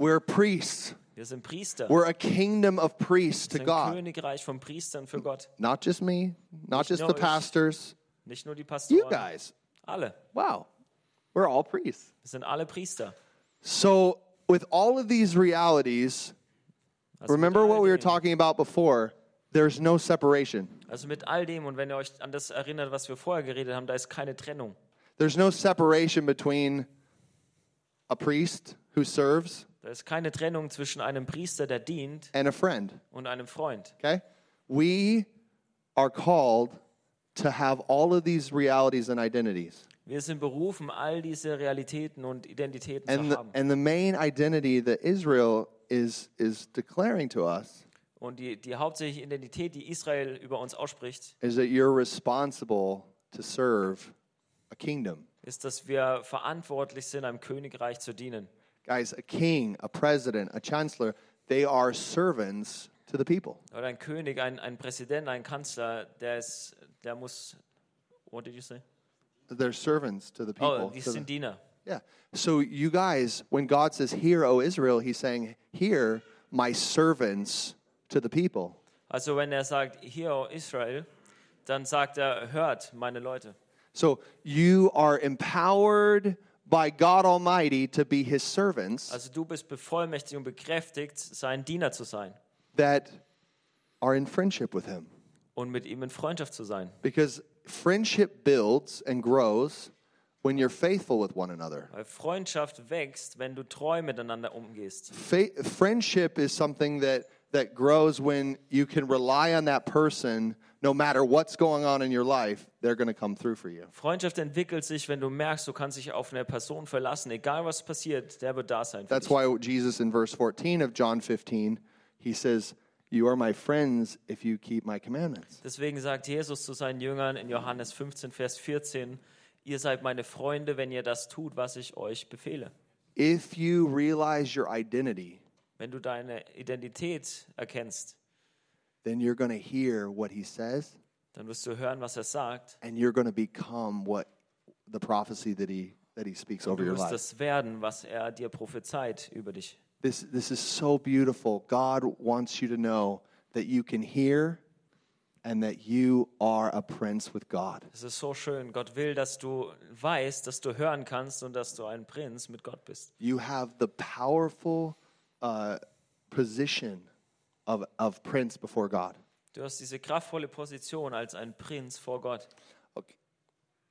Speaker 1: We're priests.
Speaker 2: Wir sind Priester.
Speaker 1: We're a kingdom of priests to
Speaker 2: Wir sind
Speaker 1: God.
Speaker 2: Königreich von Priestern für Gott.
Speaker 1: not just me, not just
Speaker 2: know
Speaker 1: the
Speaker 2: it's
Speaker 1: pastors,
Speaker 2: Nicht nur die
Speaker 1: you
Speaker 2: Pastoren.
Speaker 1: guys.
Speaker 2: Alle.
Speaker 1: Wow. We're all priests.
Speaker 2: Wir sind alle Priester.
Speaker 1: So, with all of these realities,
Speaker 2: Also
Speaker 1: remember
Speaker 2: mit
Speaker 1: what
Speaker 2: all
Speaker 1: we were
Speaker 2: dem-
Speaker 1: talking about before? There's no separation.
Speaker 2: Also mit all dem, und wenn ihr euch an das erinnert, was wir vorher geredet haben, da ist keine Trennung.
Speaker 1: There's no separation between a priest who serves
Speaker 2: Da ist keine Trennung zwischen einem Priester, der dient,
Speaker 1: and a friend,
Speaker 2: und einem Freund.
Speaker 1: okay? We are called to have all of these realities and identities.
Speaker 2: Wir sind berufen, all diese Realitäten und Identitäten
Speaker 1: And
Speaker 2: zu
Speaker 1: the,
Speaker 2: haben.
Speaker 1: and the main identity that Israel is is declaring to us
Speaker 2: Und die, die hauptsächliche Identität, die Israel über uns ausspricht,
Speaker 1: is that you're responsible to serve a kingdom.
Speaker 2: ist, dass wir verantwortlich sind, einem Königreich zu dienen.
Speaker 1: Guys, a king, a president, a chancellor, they are servants to the people.
Speaker 2: Oder ein König, ein, ein Präsident, ein Kanzler, der ist, der muss, what did you say?
Speaker 1: They're servants to the
Speaker 2: Oh,
Speaker 1: people.
Speaker 2: die
Speaker 1: to the-
Speaker 2: sind Diener.
Speaker 1: yeah. So you guys, when God says, Hear, O Israel, he's saying, Hear my servants to the people.
Speaker 2: Also wenn er sagt, hier oh Israel, dann sagt er, hört meine Leute.
Speaker 1: So you are empowered by God Almighty to be his servants
Speaker 2: Also du bist bevollmächtigt und bekräftigt, sein Diener zu sein
Speaker 1: that are in friendship with him.
Speaker 2: und mit ihm in Freundschaft zu sein.
Speaker 1: Because friendship builds and grows when you're faithful with one another.
Speaker 2: Weil Freundschaft wächst, wenn du treu miteinander umgehst.
Speaker 1: Fa- friendship is something that, that grows when you can rely on that person no matter what's going on in your life, they're going to come through for you.
Speaker 2: Freundschaft entwickelt sich, wenn du merkst, du kannst dich auf eine Person verlassen, egal was passiert, der wird da sein. Für
Speaker 1: That's
Speaker 2: dich.
Speaker 1: why Jesus in verse 14 of John 15, he says, You are my friends if you keep my commandments.
Speaker 2: Deswegen sagt Jesus zu seinen Jüngern in Johannes 15, Vers 14, ihr seid meine Freunde, wenn ihr das tut, was ich euch befehle.
Speaker 1: If you realize your identity,
Speaker 2: Wenn du deine Identität erkennst,
Speaker 1: then you're going to hear what he says
Speaker 2: dann wirst du hören, was er sagt.
Speaker 1: and you're going to become what the prophecy that he that he speaks over
Speaker 2: Du
Speaker 1: your
Speaker 2: wirst
Speaker 1: life.
Speaker 2: das werden, was er dir prophezeit über dich.
Speaker 1: This this is so beautiful. God wants you to know that you can hear and that you are a prince with God.
Speaker 2: Es ist so schön. Gott will, dass du weißt, dass du hören kannst und dass du ein Prinz mit Gott bist.
Speaker 1: You have the powerful uh, position of of prince before God.
Speaker 2: Du hast diese kraftvolle Position als ein Prinz vor Gott.
Speaker 1: Okay.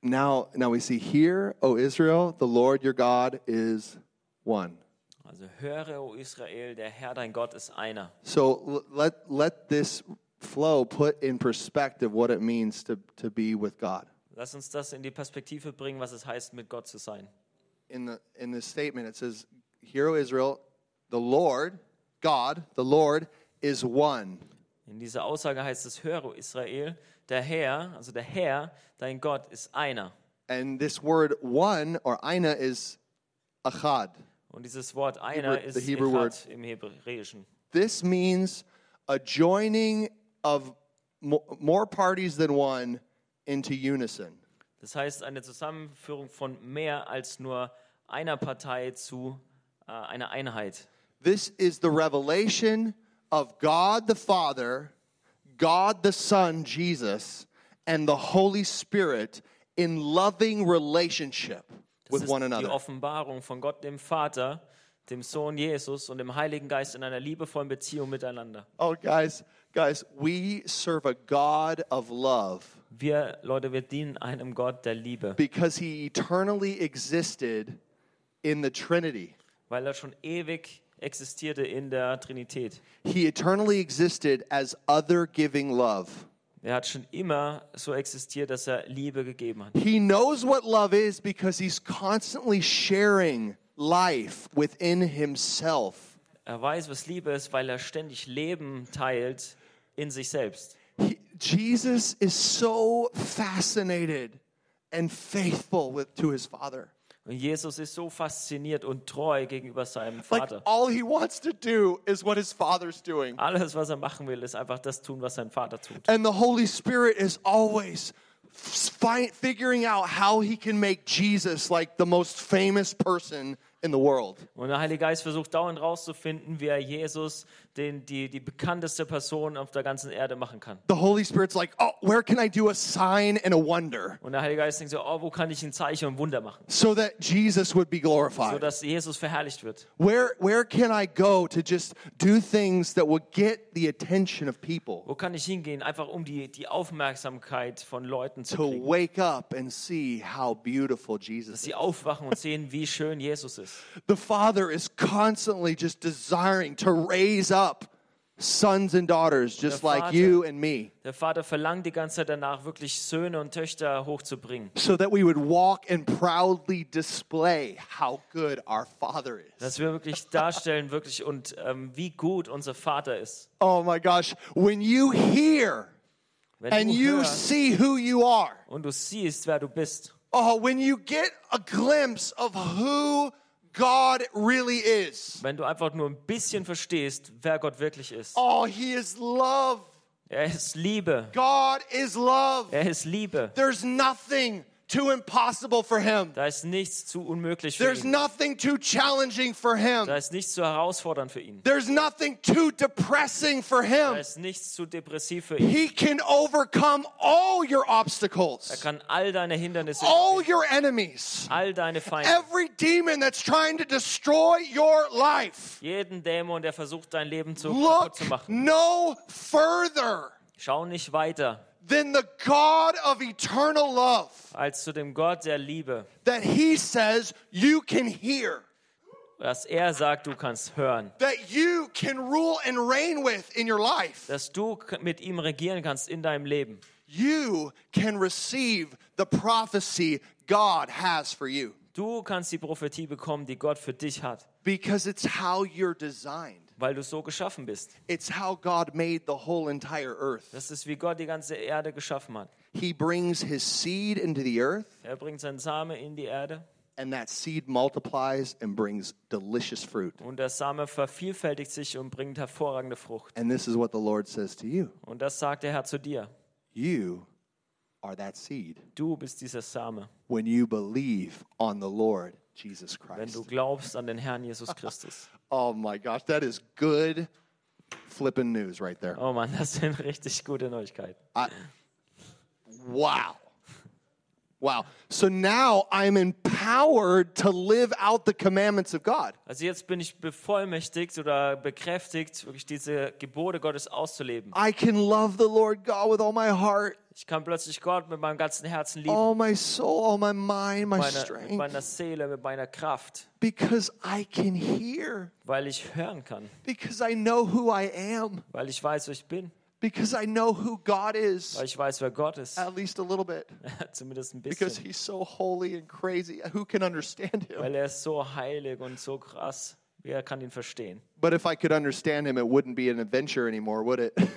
Speaker 1: Now now we see here, O Israel, the Lord your God is one.
Speaker 2: Also höre, o Israel, der Herr dein Gott ist einer.
Speaker 1: So l- let, let this flow put in perspective what it means to, to be with God.
Speaker 2: Lass uns das in die Perspektive bringen, was es heißt, mit Gott zu sein.
Speaker 1: In, the, in this statement, it says, Hear, O Israel, the Lord, God, the Lord is one.
Speaker 2: In dieser Aussage heißt es, höre, o Israel, der Herr, also der Herr, dein Gott ist einer.
Speaker 1: And this word one or aina is achad.
Speaker 2: Und dieses Wort einer
Speaker 1: Hebrew-
Speaker 2: ist
Speaker 1: the Hebrew
Speaker 2: Echad
Speaker 1: word.
Speaker 2: im Hebräischen.
Speaker 1: This means a joining of mo- more parties than one into unison.
Speaker 2: Das heißt, eine Zusammenführung von mehr als nur einer Partei zu äh, einer Einheit.
Speaker 1: This is the revelation of God the Father, God the Son, Jesus, and the Holy Spirit in loving relationship
Speaker 2: Das
Speaker 1: with
Speaker 2: ist
Speaker 1: one
Speaker 2: die
Speaker 1: another.
Speaker 2: Offenbarung von Gott, dem Vater, dem Sohn Jesus und dem Heiligen Geist in einer liebevollen Beziehung miteinander.
Speaker 1: Oh, guys, guys, we serve a God of love
Speaker 2: Wir, Leute, wir dienen einem Gott der Liebe,
Speaker 1: because he eternally existed in the Trinity.
Speaker 2: weil er schon ewig existierte in der Trinität.
Speaker 1: He eternally existed as other giving love.
Speaker 2: Er hat schon immer so existiert, dass er Liebe gegeben hat.
Speaker 1: He knows what love is because he's constantly sharing life within himself.
Speaker 2: Er weiß, was Liebe ist, weil er ständig Leben teilt in sich selbst.
Speaker 1: He- Jesus is so fascinated and faithful with, to his Father.
Speaker 2: Und Jesus ist so fasziniert und treu gegenüber seinem
Speaker 1: Like,
Speaker 2: Vater.
Speaker 1: all he wants to do is what his Father's doing.
Speaker 2: Alles, was er machen will, ist einfach das tun, was sein Vater tut.
Speaker 1: And the Holy Spirit is always fi- figuring out how he can make Jesus like the most famous person in the world.
Speaker 2: Und der Heilige Geist versucht dauernd rauszufinden, wie er Jesus, den, die, die bekannteste Person auf der ganzen Erde, machen kann.
Speaker 1: The Holy Spirit's like, oh, where can I do a sign and a wonder?
Speaker 2: Und der Heilige Geist denkt so, oh, wo kann ich ein Zeichen und Wunder machen,
Speaker 1: so that Jesus would be glorified?
Speaker 2: sodass Jesus verherrlicht wird?
Speaker 1: Where, where can I go to just do things that will get the attention of people
Speaker 2: Wo kann ich hingehen, einfach um die, die Aufmerksamkeit von Leuten zu
Speaker 1: to
Speaker 2: kriegen?
Speaker 1: wake up and see how beautiful Jesus
Speaker 2: Dass
Speaker 1: is?
Speaker 2: sie aufwachen und sehen, wie schön Jesus ist.
Speaker 1: The Father is constantly just desiring to raise up sons and daughters just like
Speaker 2: Vater-
Speaker 1: you and me
Speaker 2: Der Vater verlangt die ganze Zeit danach, wirklich Söhne und Töchter hochzubringen.
Speaker 1: so that we would walk and proudly display how good our Father is.
Speaker 2: Dass wir wirklich darstellen, wirklich und ähm, wie gut unser Vater ist.
Speaker 1: Oh my gosh, when you hear
Speaker 2: Wenn
Speaker 1: and
Speaker 2: du
Speaker 1: you
Speaker 2: hörst
Speaker 1: see who you are,
Speaker 2: und du siehst, wer du bist.
Speaker 1: Oh, when you get a glimpse of who God really is.
Speaker 2: Wenn du einfach nur ein bisschen verstehst, wer Gott wirklich ist.
Speaker 1: Oh, He is love.
Speaker 2: Er ist Liebe.
Speaker 1: God is love.
Speaker 2: Er ist Liebe.
Speaker 1: There's nothing too impossible for Him,
Speaker 2: Da ist nichts zu unmöglich für
Speaker 1: there's
Speaker 2: ihn.
Speaker 1: nothing too challenging for Him,
Speaker 2: Da ist nichts zu herausfordernd für ihn.
Speaker 1: there's nothing too depressing for
Speaker 2: Da
Speaker 1: Him.
Speaker 2: ist nichts zu depressiv für ihn.
Speaker 1: He can overcome all your
Speaker 2: Er
Speaker 1: obstacles,
Speaker 2: kann all deine Hindernisse,
Speaker 1: all your enemies,
Speaker 2: all deine Feinde,
Speaker 1: every demon that's trying to destroy your life.
Speaker 2: jeden Dämon, der versucht, dein Leben zu, kaputt
Speaker 1: Look
Speaker 2: zu machen.
Speaker 1: no further.
Speaker 2: Schau nicht weiter
Speaker 1: than the God of eternal love
Speaker 2: als zu dem Gott der Liebe,
Speaker 1: that he says you can hear,
Speaker 2: dass er sagt, du kannst hören.
Speaker 1: that you can rule and reign with in your life.
Speaker 2: Dass du k- mit ihm regieren kannst in deinem Leben.
Speaker 1: You can receive the prophecy God has for you
Speaker 2: Du kannst die Prophetie bekommen, die Gott für dich hat,
Speaker 1: because it's how you're designed.
Speaker 2: weil du so geschaffen bist.
Speaker 1: It's how God made the whole entire earth.
Speaker 2: Das ist, wie Gott die ganze Erde geschaffen hat.
Speaker 1: He brings his seed into the earth,
Speaker 2: Er bringt seinen Samen in die Erde
Speaker 1: and that seed multiplies and brings delicious fruit.
Speaker 2: und der Same vervielfältigt sich und bringt hervorragende Frucht.
Speaker 1: And this is what the Lord says to you
Speaker 2: Und das sagt der Herr zu dir.
Speaker 1: You are that seed.
Speaker 2: Du bist dieser Same,
Speaker 1: when you believe on the Lord Jesus
Speaker 2: wenn
Speaker 1: Christ.
Speaker 2: du glaubst an den Herrn Jesus Christus.
Speaker 1: Oh my gosh, that is good flipping news right there.
Speaker 2: Oh Mann, das sind richtig gute Neuigkeiten.
Speaker 1: Wow. Wow. So now I'm empowered to live out the commandments of God.
Speaker 2: Also jetzt bin ich bevollmächtigt oder bekräftigt, wirklich diese Gebote Gottes auszuleben.
Speaker 1: I can love the Lord God with all my heart,
Speaker 2: Ich kann plötzlich Gott mit meinem ganzen Herzen lieben,
Speaker 1: all my soul, all my mind, my
Speaker 2: meine, mit
Speaker 1: strength,
Speaker 2: meiner Seele, mit meiner Kraft,
Speaker 1: because I can hear,
Speaker 2: weil ich hören kann,
Speaker 1: because I know who I am,
Speaker 2: weil ich weiß, wer ich bin,
Speaker 1: because I know who God is,
Speaker 2: weil ich weiß, wer Gott ist.
Speaker 1: at least a little bit,
Speaker 2: Zumindest ein
Speaker 1: because
Speaker 2: bisschen.
Speaker 1: He's so holy and crazy. Who can understand Him?
Speaker 2: Weil er ist so heilig und so krass. Wer kann ihn verstehen?
Speaker 1: But if I could understand Him, it wouldn't be an adventure anymore, would it?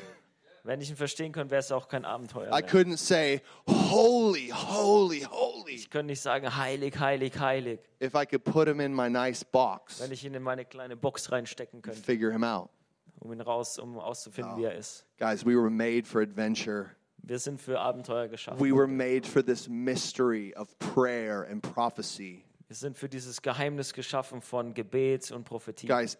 Speaker 2: Wenn ich ihn verstehen könnte, wäre es auch kein Abenteuer.
Speaker 1: I
Speaker 2: Mehr.
Speaker 1: couldn't say, holy, holy, holy.
Speaker 2: Ich könnte nicht sagen, heilig, heilig, heilig,
Speaker 1: if I could put him in my nice box
Speaker 2: wenn ich ihn in meine kleine Box reinstecken
Speaker 1: and
Speaker 2: könnte,
Speaker 1: figure him out.
Speaker 2: um ihn raus, um auszufinden, wie er ist.
Speaker 1: Guys, we were made for adventure.
Speaker 2: Wir sind für Abenteuer geschaffen.
Speaker 1: We were made for this mystery of prayer and prophecy.
Speaker 2: Wir sind für dieses Geheimnis geschaffen von Gebet und Prophetie.
Speaker 1: Guys,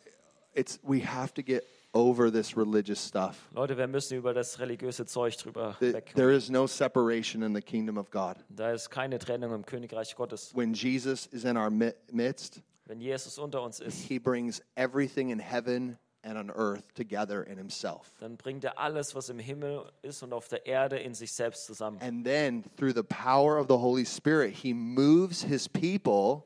Speaker 1: it's we have to get over this religious stuff.
Speaker 2: Leute, wir müssen über das religiöse Zeug drüber
Speaker 1: Th-
Speaker 2: weg.
Speaker 1: There is no separation in the kingdom of God.
Speaker 2: Da ist keine Trennung im Königreich Gottes.
Speaker 1: When Jesus is in our mi- midst,
Speaker 2: Wenn Jesus unter uns ist,
Speaker 1: he brings everything in heaven and on earth together in himself.
Speaker 2: dann bringt er alles, was im Himmel ist und auf der Erde, in sich selbst zusammen.
Speaker 1: And then through the power of the Holy Spirit, he moves his people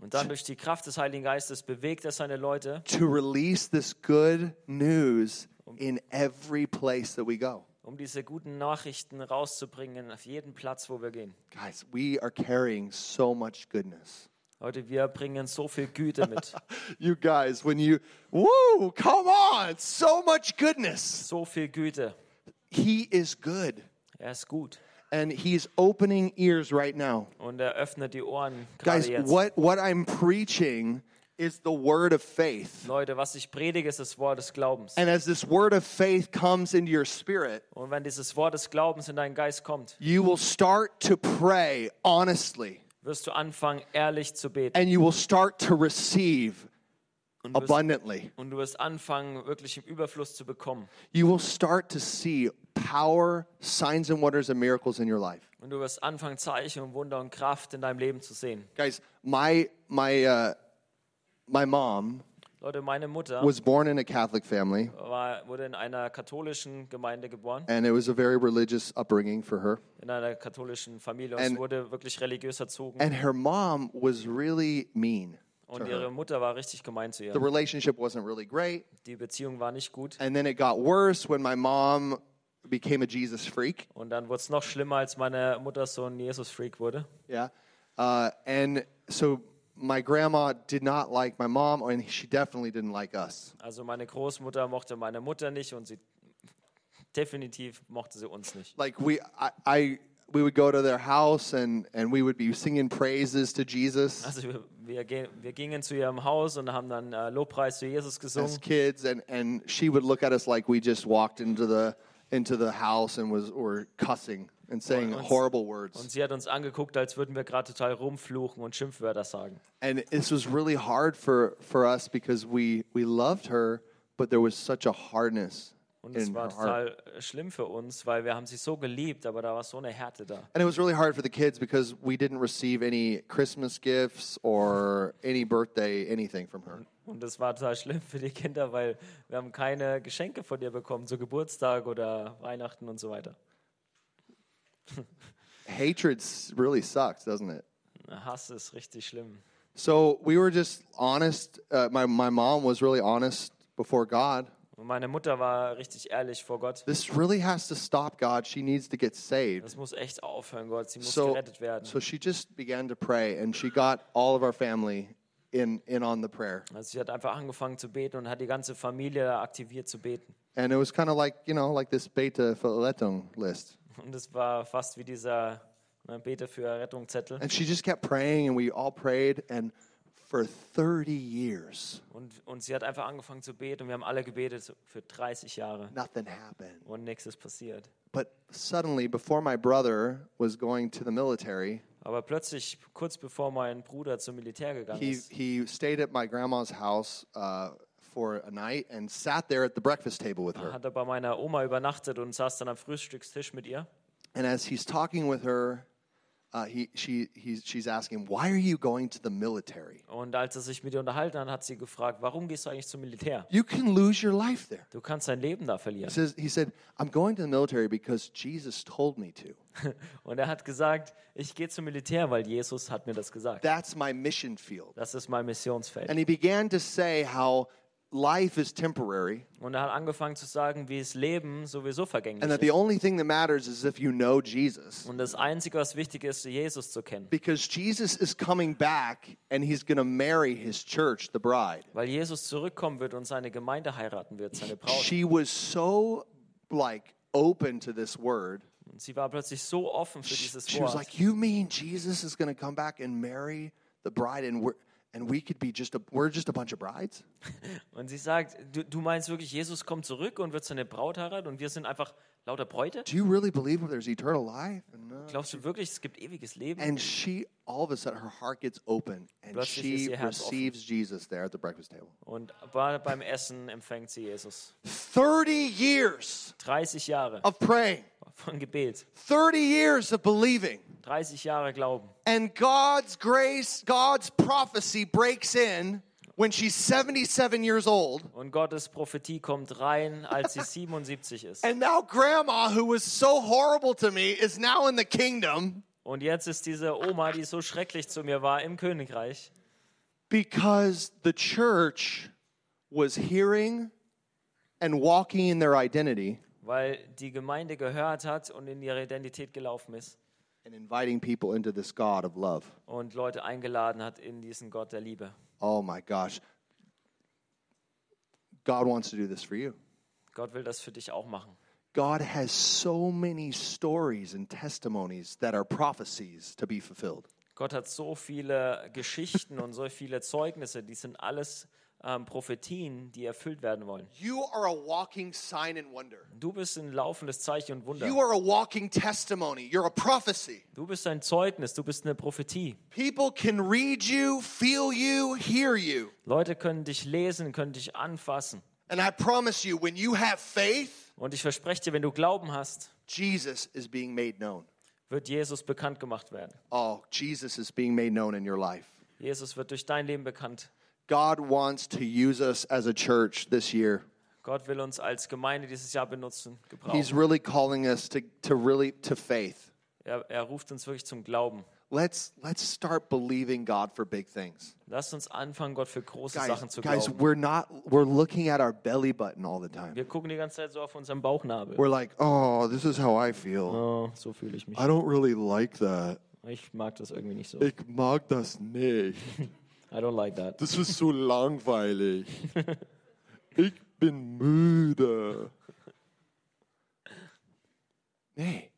Speaker 2: Und dann durch die Kraft des Heiligen Geistes bewegt er seine Leute,
Speaker 1: to release this good news in every place that we go.
Speaker 2: um diese guten Nachrichten rauszubringen auf jeden Platz, wo wir gehen.
Speaker 1: Guys, we are carrying so much goodness.
Speaker 2: Leute, wir bringen so viel Güte mit,
Speaker 1: You guys, when you, woo, come on, so much goodness.
Speaker 2: so viel Güte.
Speaker 1: He is good.
Speaker 2: Er ist gut
Speaker 1: And he's opening ears right now.
Speaker 2: und er öffnet die Ohren gerade
Speaker 1: Guys,
Speaker 2: jetzt.
Speaker 1: what, what I'm preaching is the word of faith.
Speaker 2: Leute, was ich predige, ist das Wort des Glaubens.
Speaker 1: And as this word of faith comes into your spirit,
Speaker 2: Und wenn dieses Wort des Glaubens in deinen Geist kommt,
Speaker 1: you will start to pray honestly
Speaker 2: wirst du anfangen, ehrlich zu beten.
Speaker 1: and you will start to receive
Speaker 2: Und du wirst,
Speaker 1: abundantly.
Speaker 2: und du wirst anfangen, wirklich im Überfluss zu bekommen.
Speaker 1: You will start to see power, signs, and wonders and miracles in your life.
Speaker 2: Und du wirst anfangen, Zeichen und Wunder und Kraft in deinem Leben zu sehen.
Speaker 1: Guys, my my uh, my mom
Speaker 2: Leute, meine Mutter
Speaker 1: was born in a Catholic family,
Speaker 2: war, wurde in einer katholischen Gemeinde geboren,
Speaker 1: and it was a very religious upbringing for her.
Speaker 2: in einer katholischen Familie und
Speaker 1: And-
Speaker 2: sie wurde wirklich religiös erzogen.
Speaker 1: And her mom was really mean.
Speaker 2: Und ihre Mutter war richtig gemein zu
Speaker 1: The
Speaker 2: ihr.
Speaker 1: relationship wasn't really great,
Speaker 2: Die Beziehung war nicht gut.
Speaker 1: and then it got worse when my mom became a Jesus freak.
Speaker 2: Und dann wurde es noch schlimmer, als meine Mutter so ein Jesus-Freak wurde.
Speaker 1: Yeah. Uh, and so my grandma did not like my mom, and she definitely didn't like us.
Speaker 2: Also meine Großmutter mochte meine Mutter nicht und sie definitiv mochte sie uns nicht.
Speaker 1: Like we, I, I we would go to their house, and and we would be singing praises to Jesus
Speaker 2: Also wir, wir, ge- wir gingen zu ihrem Haus und haben dann äh, Lobpreis zu Jesus
Speaker 1: as
Speaker 2: gesungen.
Speaker 1: kids, and and she would look at us like we just walked into the into the house and was or cussing and saying
Speaker 2: Und-
Speaker 1: horrible words.
Speaker 2: Und sie hat uns angeguckt, als würden wir gerade total rumfluchen und Schimpfwörter sagen.
Speaker 1: And this was really hard for for us because we we loved her, but there was such a hardness
Speaker 2: Und es
Speaker 1: in her
Speaker 2: war
Speaker 1: heart.
Speaker 2: total äh, schlimm für uns, weil wir haben sie so geliebt, aber da war so eine Härte da.
Speaker 1: And it was really hard for the kids because we didn't receive any Christmas gifts or any birthday anything from her.
Speaker 2: Und das war total schlimm für die Kinder, weil wir haben keine Geschenke von ihr bekommen, so Geburtstag oder Weihnachten und so weiter.
Speaker 1: Hatred s- really sucks, doesn't it?
Speaker 2: Hass ist richtig schlimm.
Speaker 1: So we were just honest. Uh, my my mom was really honest before God.
Speaker 2: Und meine Mutter war richtig ehrlich vor Gott.
Speaker 1: This really has to stop, God. She needs to get saved.
Speaker 2: Das muss echt aufhören, Gott. Sie muss
Speaker 1: So
Speaker 2: gerettet werden.
Speaker 1: so she just began to pray, and she got all of our family in in on the prayer.
Speaker 2: Also sie hat einfach angefangen zu beten und hat die ganze Familie aktiviert zu beten.
Speaker 1: And it was kind of like you know like this beta Verletung list.
Speaker 2: Und es war fast wie dieser ne, Bete für Rettung Zettel.
Speaker 1: And she just kept praying, and we all prayed, and for 30 years,
Speaker 2: Und, und sie hat einfach angefangen zu beten und wir haben alle gebetet so für 30 Jahre.
Speaker 1: nothing happened.
Speaker 2: Und nichts ist passiert.
Speaker 1: But suddenly, before my brother was going to the military,
Speaker 2: Aber plötzlich, kurz bevor mein Bruder zum Militär gegangen
Speaker 1: he,
Speaker 2: ist,
Speaker 1: he stayed at my grandma's house uh, for a night and sat there at the breakfast table with her.
Speaker 2: hat er bei meiner Oma übernachtet und saß dann am Frühstückstisch mit ihr.
Speaker 1: And as he's talking with her, uh, he, she, he's, she's asking, Why are you going to the military?
Speaker 2: Und als er sich mit ihr unterhalten hat, hat sie gefragt, warum gehst du eigentlich zum Militär?
Speaker 1: You can lose your life there.
Speaker 2: Du kannst dein Leben da
Speaker 1: He,
Speaker 2: verlieren.
Speaker 1: says, he said, I'm going to the military because Jesus told me to.
Speaker 2: Und er hat gesagt, ich gehe zum Militär, weil Jesus hat mir das gesagt.
Speaker 1: That's my mission field.
Speaker 2: Das ist mein Missionsfeld.
Speaker 1: And he began to say how life is temporary
Speaker 2: Und er hat angefangen zu sagen, wie das Leben sowieso vergänglich
Speaker 1: and that the
Speaker 2: ist.
Speaker 1: only thing that matters is if you know Jesus.
Speaker 2: Und das Einzige, was wichtig ist, Jesus zu kennen.
Speaker 1: Because Jesus is coming back and he's going to marry his church, the bride.
Speaker 2: Weil Jesus zurückkommen wird und seine Gemeinde heiraten wird, seine Braut.
Speaker 1: She was so like open to this word.
Speaker 2: Und sie war plötzlich so offen für dieses
Speaker 1: She was
Speaker 2: Wort.
Speaker 1: like, "You mean Jesus is going to come back and marry the bride and we are and we could be just a we're just a bunch of brides?"
Speaker 2: Und sie sagt, du, du meinst wirklich, Jesus kommt zurück und wird seine Braut heiraten und wir sind einfach lauter Bräute?
Speaker 1: Do you really believe there's eternal life? And, uh,
Speaker 2: Glaubst du wirklich, es gibt ewiges Leben?
Speaker 1: And she all of a sudden her heart gets open and
Speaker 2: Plötzlich ist
Speaker 1: she
Speaker 2: ihr Herz offen.
Speaker 1: receives Jesus there at the breakfast table.
Speaker 2: Und bei- beim Essen empfängt sie Jesus.
Speaker 1: 30 years
Speaker 2: 30 Jahre
Speaker 1: of praying,
Speaker 2: von Gebet,
Speaker 1: 30 years of believing.
Speaker 2: 30 Jahre Glauben.
Speaker 1: And God's grace, God's prophecy breaks in when she's 77 years old.
Speaker 2: Und Gottes Prophetie kommt rein, als sie 77 ist.
Speaker 1: And now grandma, who was so horrible to me, is now in the kingdom
Speaker 2: Und jetzt ist diese Oma, die so schrecklich zu mir war, im Königreich,
Speaker 1: because the church was hearing and walking in their identity
Speaker 2: weil die Gemeinde gehört hat und in ihre Identität gelaufen ist
Speaker 1: and inviting people into this God of love.
Speaker 2: und Leute eingeladen hat in diesen Gott der Liebe.
Speaker 1: Oh my gosh. God wants to do this for you.
Speaker 2: Gott will das für dich auch machen.
Speaker 1: God has so many stories and testimonies that are prophecies to be fulfilled.
Speaker 2: Gott hat so viele Geschichten und so viele Zeugnisse, die sind alles ähm, Prophetien, die erfüllt werden wollen.
Speaker 1: You are a walking sign and wonder.
Speaker 2: Du bist ein laufendes Zeichen und Wunder.
Speaker 1: You are a walking testimony. You're a prophecy.
Speaker 2: Du bist ein Zeugnis, du bist eine Prophetie.
Speaker 1: People can read you, feel you, hear you.
Speaker 2: Leute können dich lesen, können dich anfassen.
Speaker 1: And I promise you, when you have faith,
Speaker 2: Und ich verspreche dir, wenn du Glauben hast,
Speaker 1: Jesus is being made known.
Speaker 2: wird Jesus bekannt gemacht werden.
Speaker 1: Oh, Jesus is being made known in your life.
Speaker 2: Jesus wird durch dein Leben bekannt.
Speaker 1: God wants to use us as a church this year.
Speaker 2: Gott will uns als Gemeinde dieses Jahr benutzen,
Speaker 1: He's
Speaker 2: gebrauchen.
Speaker 1: really calling us to, to really to faith.
Speaker 2: Er, er ruft uns wirklich zum Glauben.
Speaker 1: Let's let's start believing God for big things.
Speaker 2: Lasst uns anfangen, Gott für große
Speaker 1: Guys,
Speaker 2: Sachen zu
Speaker 1: guys,
Speaker 2: glauben.
Speaker 1: we're not we're looking at our belly button all the time.
Speaker 2: Wir gucken die ganze Zeit so auf unseren Bauchnabel.
Speaker 1: We're like, "Oh, this is how I feel.
Speaker 2: Oh, so fühle ich mich.
Speaker 1: I don't really like that.
Speaker 2: Ich mag das irgendwie nicht so.
Speaker 1: Ich mag das nicht."
Speaker 2: I don't like that.
Speaker 1: Das ist so langweilig. Ich bin müde. Nee.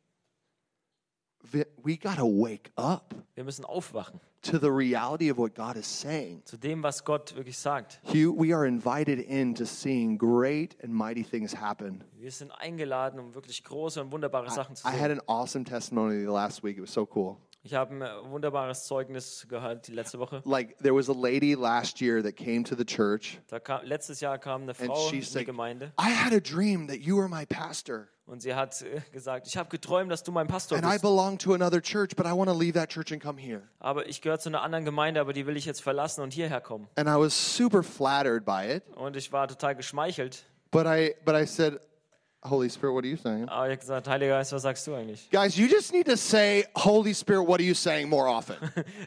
Speaker 1: We, we gotta wake up
Speaker 2: Wir müssen aufwachen
Speaker 1: to the reality of what God is saying.
Speaker 2: zu dem, was Gott wirklich sagt.
Speaker 1: You, we are invited into seeing great and mighty things happen.
Speaker 2: Wir sind eingeladen, um wirklich große und wunderbare Sachen zu
Speaker 1: I had
Speaker 2: sehen.
Speaker 1: an awesome testimony last week. It was so cool.
Speaker 2: Ich habe ein äh, wunderbares Zeugnis gehört die letzte Woche.
Speaker 1: Like there was a lady last year that came to the church
Speaker 2: Da kam, letztes Jahr kam eine
Speaker 1: and
Speaker 2: Frau in
Speaker 1: she's
Speaker 2: die
Speaker 1: like,
Speaker 2: Gemeinde
Speaker 1: I had a dream that you were my pastor.
Speaker 2: und sie hat äh, gesagt, ich habe geträumt, dass du mein Pastor
Speaker 1: and I
Speaker 2: bist.
Speaker 1: belong to another church, but I want to leave that church and come here.
Speaker 2: Aber ich gehöre zu einer anderen Gemeinde, aber die will ich jetzt verlassen und hierher kommen.
Speaker 1: And I was super flattered by it,
Speaker 2: Und ich war total geschmeichelt.
Speaker 1: but I but I said, Holy Spirit, what are you saying?
Speaker 2: Aber ich habe gesagt, Heiliger Geist, was sagst du eigentlich?
Speaker 1: Guys, you just need to say, Holy Spirit, what are you saying more often?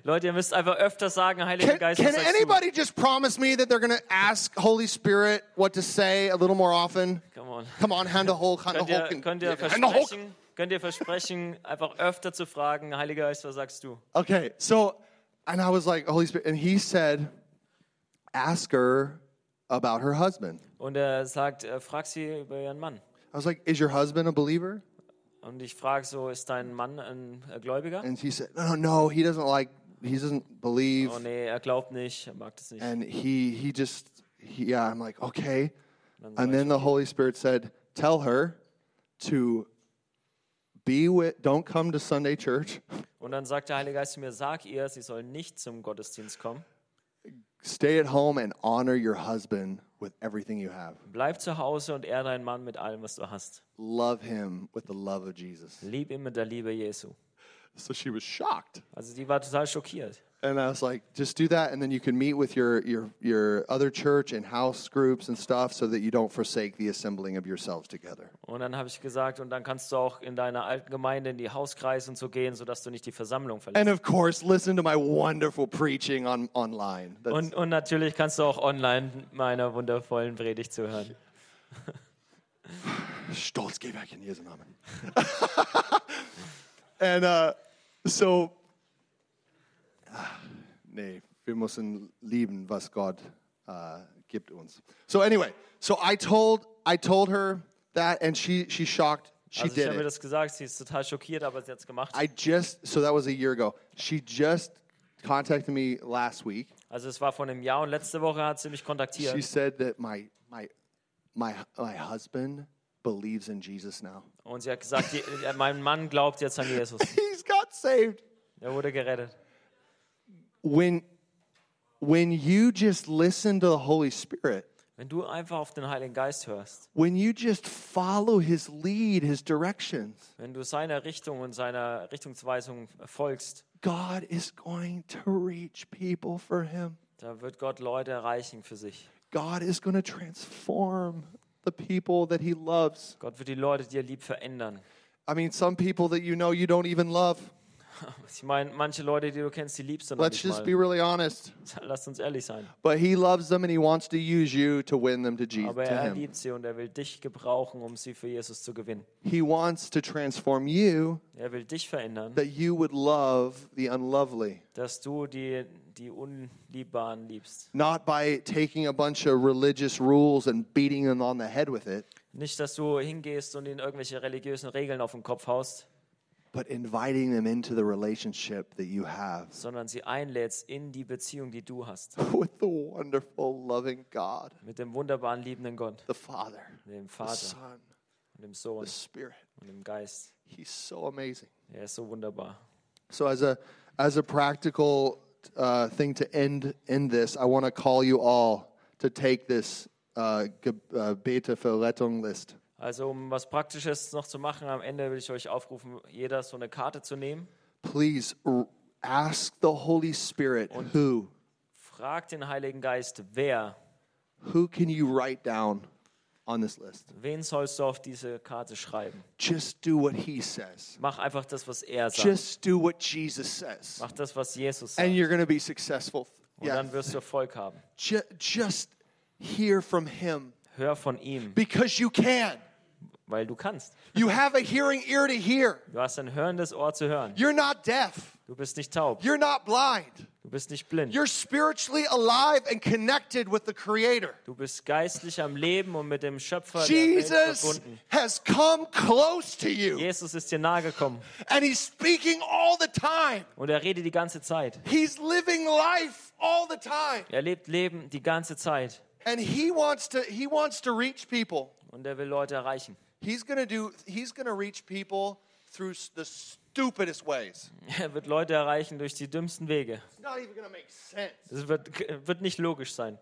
Speaker 2: Leute, ihr müsst einfach öfter sagen, Heiliger
Speaker 1: Can,
Speaker 2: Geist,
Speaker 1: can
Speaker 2: was sagst du?
Speaker 1: anybody just promise me that they're going to ask Holy Spirit what to say a little more often?
Speaker 2: Come on.
Speaker 1: Come on, Handa Hol, Handa Hol.
Speaker 2: Könnt ihr,
Speaker 1: can-
Speaker 2: könnt ihr
Speaker 1: Handa Hol.
Speaker 2: versprechen, könnt ihr versprechen, einfach öfter zu fragen, Heiliger Geist, was sagst du?
Speaker 1: Okay, so, and I was like, Holy Spirit, and he said, ask her about her husband.
Speaker 2: Und er sagt, äh, frag sie über ihren Mann.
Speaker 1: I was like, is your husband a believer?
Speaker 2: Und ich frage so, ist dein Mann ein äh, Gläubiger?
Speaker 1: And he said, "No, no, he doesn't like. He doesn't believe."
Speaker 2: Oh nee, er glaubt nicht, er mag das nicht.
Speaker 1: And he he just he, yeah. I'm like, okay.
Speaker 2: Dann sag
Speaker 1: And then the Holy Spirit said, "Tell her to be with. Don't come to Sunday church.
Speaker 2: ich- Und dann sagt der Heilige Geist zu mir, sag ihr, sie soll nicht zum Gottesdienst kommen.
Speaker 1: Stay at home and honor your husband with everything you have.
Speaker 2: Bleib zu Hause und ehre deinen Mann mit allem, was du hast.
Speaker 1: Love him with the love of Jesus."
Speaker 2: Lieb ihn mit der Liebe Jesu.
Speaker 3: So she was shocked.
Speaker 2: Also die war total schockiert.
Speaker 1: And I was like, just do that, and then you can meet with your, your, your other church and house groups and stuff so that you don't forsake the assembling of yourselves together.
Speaker 2: Und dann habe ich gesagt, und dann kannst du auch in deiner alten Gemeinde in die Hauskreise und so gehen, sodass du nicht die Versammlung verlässt.
Speaker 3: And of course, listen to my wonderful preaching on online. That's-
Speaker 2: Und, und natürlich kannst du auch online meiner wundervollen Predigt zuhören.
Speaker 3: Stolz, geh weg in Jesu Namen. and uh, so,
Speaker 1: Nee, wir müssen lieben, was Gott äh, gibt uns.
Speaker 3: so anyway, so I told I told her that, and she she shocked. She
Speaker 2: Also ich
Speaker 3: did
Speaker 2: habe mir
Speaker 3: it.
Speaker 2: das gesagt, sie ist total schockiert, aber sie hat es gemacht.
Speaker 1: I just, so that was a year ago. She just contacted me last week.
Speaker 2: Also es war vor einem Jahr und letzte Woche hat sie mich
Speaker 1: She
Speaker 2: kontaktiert
Speaker 1: said that my, my, my, my husband believes in Jesus now.
Speaker 2: und sie hat gesagt, "Je- äh, mein Mann glaubt jetzt an Jesus.
Speaker 3: He's got saved.
Speaker 2: Er wurde gerettet.
Speaker 1: When, when you just listen to the Holy Spirit,
Speaker 2: Wenn du einfach auf den Heiligen Geist hörst,
Speaker 1: when you just follow his lead, his directions,
Speaker 2: wenn du seiner Richtung und seiner Richtungsweisung folgst,
Speaker 1: God is going to reach people for him.
Speaker 2: da wird Gott Leute erreichen für sich.
Speaker 1: God is going to transform the people that he loves.
Speaker 2: Gott wird die Leute, die er liebt, verändern.
Speaker 1: I mean, some people that you know you don't even love.
Speaker 2: Ich meine, manche Leute, die du kennst, die liebst du noch
Speaker 1: Let's
Speaker 2: nicht
Speaker 1: just
Speaker 2: mal.
Speaker 1: be really honest.
Speaker 2: Lass uns ehrlich sein.
Speaker 1: But he loves them and he wants to use you to win them to Jesus
Speaker 2: Aber
Speaker 1: to
Speaker 2: er
Speaker 1: him.
Speaker 2: liebt sie und er will dich gebrauchen, um sie für Jesus zu gewinnen.
Speaker 1: He wants to transform you
Speaker 2: Er will dich verändern,
Speaker 1: that you would love the unlovely,
Speaker 2: dass du die, die Unliebbaren liebst.
Speaker 1: not by taking a bunch of religious rules and beating them on the head with it,
Speaker 2: Nicht, dass du hingehst und ihnen irgendwelche religiösen Regeln auf den Kopf haust,
Speaker 1: but inviting them into the relationship that you have
Speaker 2: sondern sie einlädst in die Beziehung, die du hast.
Speaker 1: with the wonderful, loving God,
Speaker 2: Mit dem wunderbaren, liebenden Gott,
Speaker 1: the Father,
Speaker 2: dem
Speaker 1: the
Speaker 2: Vater
Speaker 1: Son,
Speaker 2: und dem Sohn
Speaker 1: the Spirit.
Speaker 2: und dem Geist.
Speaker 1: He's so amazing.
Speaker 2: Er ist so wunderbar.
Speaker 1: So as a as a practical uh, thing to end end this, I want to call you all to take this uh, ge- uh, Beta für Rettung list.
Speaker 2: Also, um was Praktisches noch zu machen, am Ende will ich euch aufrufen, jeder so eine Karte zu nehmen.
Speaker 1: Please r- ask the Holy Spirit who
Speaker 2: Frag den Heiligen Geist, wer,
Speaker 1: who can you write down on this list.
Speaker 2: wen sollst du auf diese Karte schreiben?
Speaker 1: Just do what He says.
Speaker 2: Mach einfach das, was er sagt.
Speaker 1: Just do what Jesus says,
Speaker 2: Mach das, was Jesus sagt.
Speaker 1: and you're going to be successful.
Speaker 2: Und
Speaker 1: Yeah,
Speaker 2: dann wirst du Erfolg haben.
Speaker 1: Ju- just hear from Him
Speaker 2: Hör von ihm,
Speaker 1: because you can.
Speaker 2: weil du kannst.
Speaker 1: You have a hearing ear to hear.
Speaker 2: Du hast ein hörendes Ohr zu hören.
Speaker 1: You're not deaf.
Speaker 2: Du bist nicht taub.
Speaker 1: You're not blind.
Speaker 2: Du bist nicht blind.
Speaker 1: You're spiritually alive and connected with the Creator.
Speaker 2: Du bist geistlich am Leben und mit dem Schöpfer der Welt
Speaker 1: Jesus
Speaker 2: verbunden.
Speaker 1: has come close to you
Speaker 2: Jesus ist dir nahe gekommen
Speaker 1: and He's speaking all the time.
Speaker 2: und er redet die ganze Zeit.
Speaker 1: He's living life all the time.
Speaker 2: Er lebt Leben die ganze Zeit
Speaker 1: And He wants to He wants to reach people.
Speaker 2: und er will Leute erreichen.
Speaker 1: He's gonna do He's gonna reach people through s- the stupidest ways.
Speaker 2: Er wird Leute erreichen durch die dümmsten Wege.
Speaker 1: It's not even gonna make sense.
Speaker 2: Das wird, wird nicht logisch sein.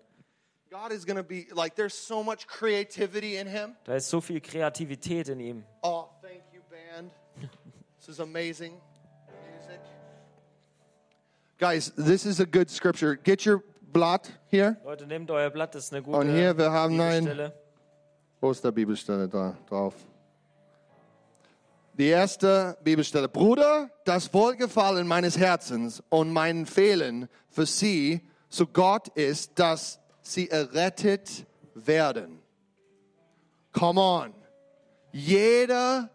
Speaker 1: God is gonna be like there's so much creativity in Him.
Speaker 2: Da ist so viel Kreativität in ihm.
Speaker 1: Oh, thank you, band. This is amazing music. Guys, this is a good scripture. Get your blot here.
Speaker 2: Leute, nehmt euer Blatt, das ist eine
Speaker 1: Und
Speaker 2: gute
Speaker 1: hier, wir haben ein-
Speaker 2: Bibelstelle.
Speaker 1: Wo ist der Bibelstelle da drauf? Die erste Bibelstelle. Bruder, das Wohlgefallen meines Herzens und mein Fehlen für sie zu Gott ist, dass sie errettet werden. Come on. Jeder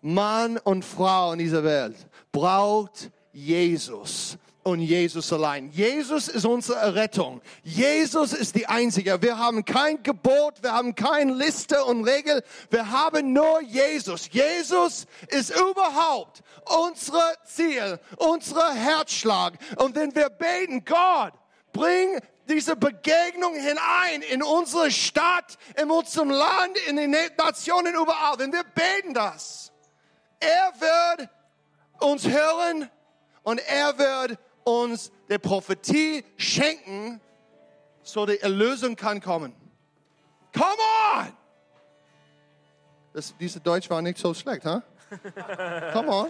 Speaker 1: Mann und Frau in dieser Welt braucht Jesus und Jesus allein. Jesus ist unsere Errettung. Jesus ist die Einzige. Wir haben kein Gebot, wir haben keine Liste und Regel. Wir haben nur Jesus. Jesus ist überhaupt unser Ziel, unser Herzschlag. Und wenn wir beten, Gott, bring diese Begegnung hinein in unsere Stadt, in unserem Land, in den Nationen, überall. Wenn wir beten das, er wird uns hören und er wird uns der Prophetie schenken, so die Erlösung kann kommen. Come on! Das, diese Deutsch war nicht so schlecht, ha? Come on.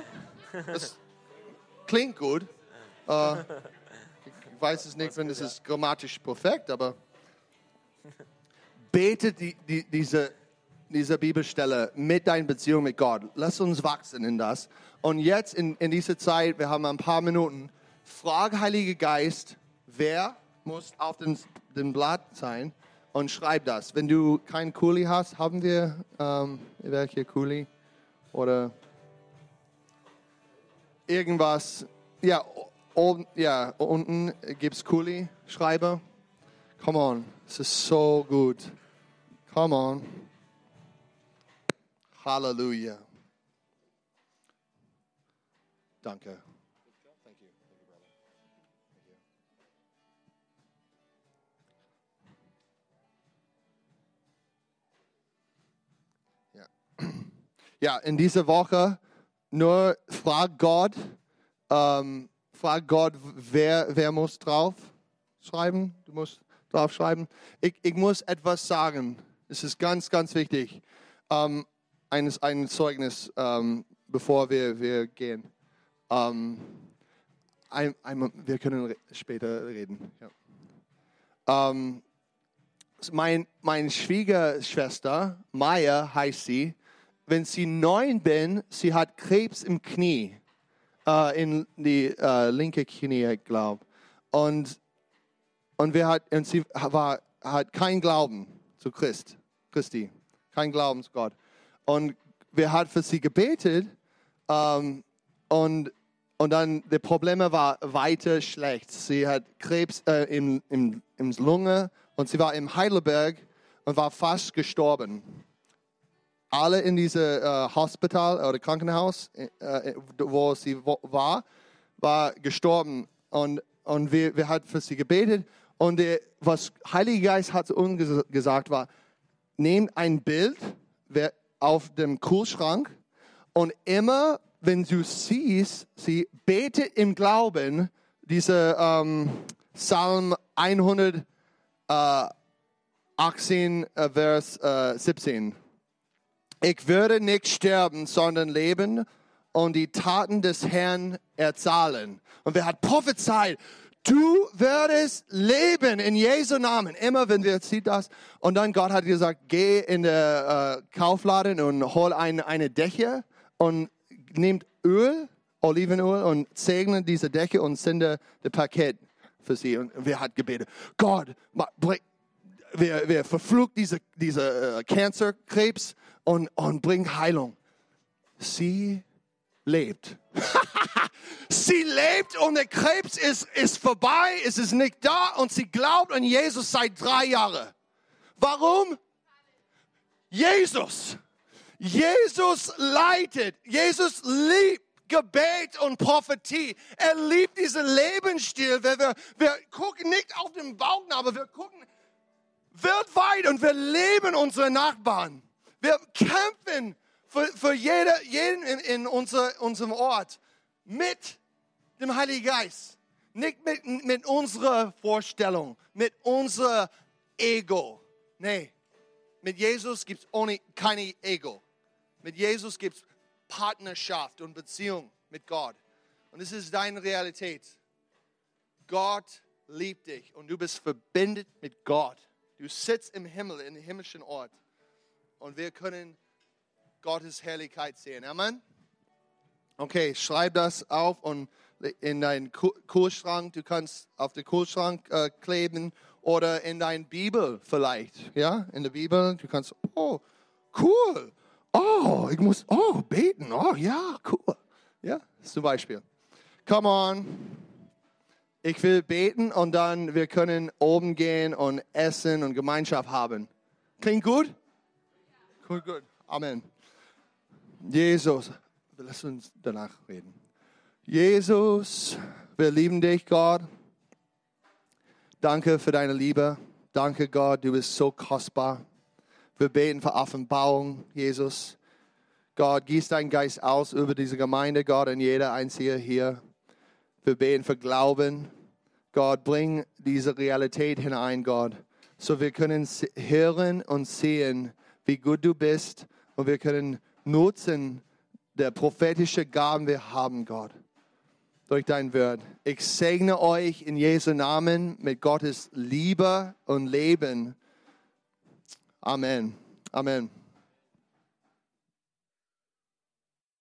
Speaker 1: Das, klingt gut. Äh, ich weiß es nicht, wenn es ist grammatisch perfekt, aber bete die, die, diese, diese Bibelstelle mit deiner Beziehung mit Gott. Lass uns wachsen in das. Und jetzt in, in dieser Zeit, wir haben ein paar Minuten, frag Heiliger Geist, wer muss auf dem, dem Blatt sein und schreib das. Wenn du keinen Kuli hast, haben wir ähm, welche Kuli oder irgendwas. Ja, o- oben, ja unten gibt's Kuli, Schreiber. Come on, es ist so gut. Come on. Hallelujah. Danke. Ja, in dieser Woche nur frag Gott, ähm, frag Gott, wer, wer muss drauf schreiben? Du musst drauf schreiben. Ich, ich muss etwas sagen. Es ist ganz, ganz wichtig. Ähm, eines, ein Zeugnis, ähm, bevor wir, wir gehen. Ähm, ein, ein, wir können re später reden. Ja. Ähm, mein, meine Schwiegerschwester, Maya heißt sie, wenn sie neun bin, sie hat Krebs im Knie, äh, in die äh, linke Knie, ich glaube. Und, und, wir hat, und sie war, hat keinen Glauben zu Christ, Christi, keinen Glauben zu Gott. Und wir hat für sie gebetet ähm, und, und dann die Probleme war weiter schlecht. Sie hat Krebs äh, im, im, im Lunge und sie war in Heidelberg und war fast gestorben alle in diese äh, Hospital oder Krankenhaus, äh, äh, wo sie wo, war, war gestorben und und wir, wir hat für sie gebetet und der, was Heiliger Geist hat zu uns ges gesagt war, nehmt ein Bild wer- auf dem Kühlschrank und immer wenn du siehst, sie betet im Glauben diese ähm, Psalm 118 äh, Vers äh, 17. Ich würde nicht sterben, sondern leben und die Taten des Herrn erzahlen. Und wer hat prophezeit? Du würdest leben in Jesu Namen. Immer wenn wir sieht das. Und dann Gott hat gesagt, geh in der äh, Kaufladen und hol ein, eine Dächer und nehmt Öl, Olivenöl und segne diese Dächer und sende das Paket für sie. Und wer hat gebetet? Gott, ma- bring, wer, wer verflucht diese, diese äh, Cancer, Krebs und, und bringt Heilung. Sie lebt. sie lebt und der Krebs ist, ist vorbei, es ist nicht da und sie glaubt an Jesus seit drei Jahren. Warum? Jesus. Jesus leitet. Jesus liebt Gebet und Prophetie. Er liebt diesen Lebensstil. Wir, wir, wir gucken nicht auf den Bauch, aber wir gucken weltweit und wir leben unsere Nachbarn. Wir kämpfen für, für jeder, jeden in, in unser, unserem Ort mit dem Heiligen Geist. Nicht mit, mit unserer Vorstellung, mit unserem Ego. Nee, mit Jesus gibt es keine Ego. Mit Jesus gibt es Partnerschaft und Beziehung mit Gott. Und es ist deine Realität. Gott liebt dich und du bist verbindet mit Gott. Du sitzt im Himmel, in dem himmlischen Ort. Und wir können Gottes Herrlichkeit sehen. Amen. Okay, schreib das auf und in deinen Ku- Kühlschrank. Du kannst auf den Kühlschrank äh, kleben oder in deine Bibel vielleicht. Ja, in der Bibel. Du kannst, oh, cool. Oh, ich muss, oh, beten. Oh, ja, cool. Ja, zum Beispiel. Come on. Ich will beten und dann wir können oben gehen und essen und Gemeinschaft haben. Klingt gut? Gut, gut. Amen. Jesus, lass uns danach reden. Jesus, wir lieben dich, Gott. Danke für deine Liebe. Danke, Gott, du bist so kostbar. Wir beten für Offenbarung, Jesus. Gott, gieß deinen Geist aus über diese Gemeinde, Gott, und jeder Einzige hier. Wir beten für Glauben. Gott, bring diese Realität hinein, Gott, so wir können se- hören und sehen, wie gut du bist und wir können nutzen der prophetische Gaben, wir haben, Gott.
Speaker 4: durch dein Wort.
Speaker 1: Ich segne euch in Jesu Namen mit Gottes Liebe und Leben. Amen. Amen.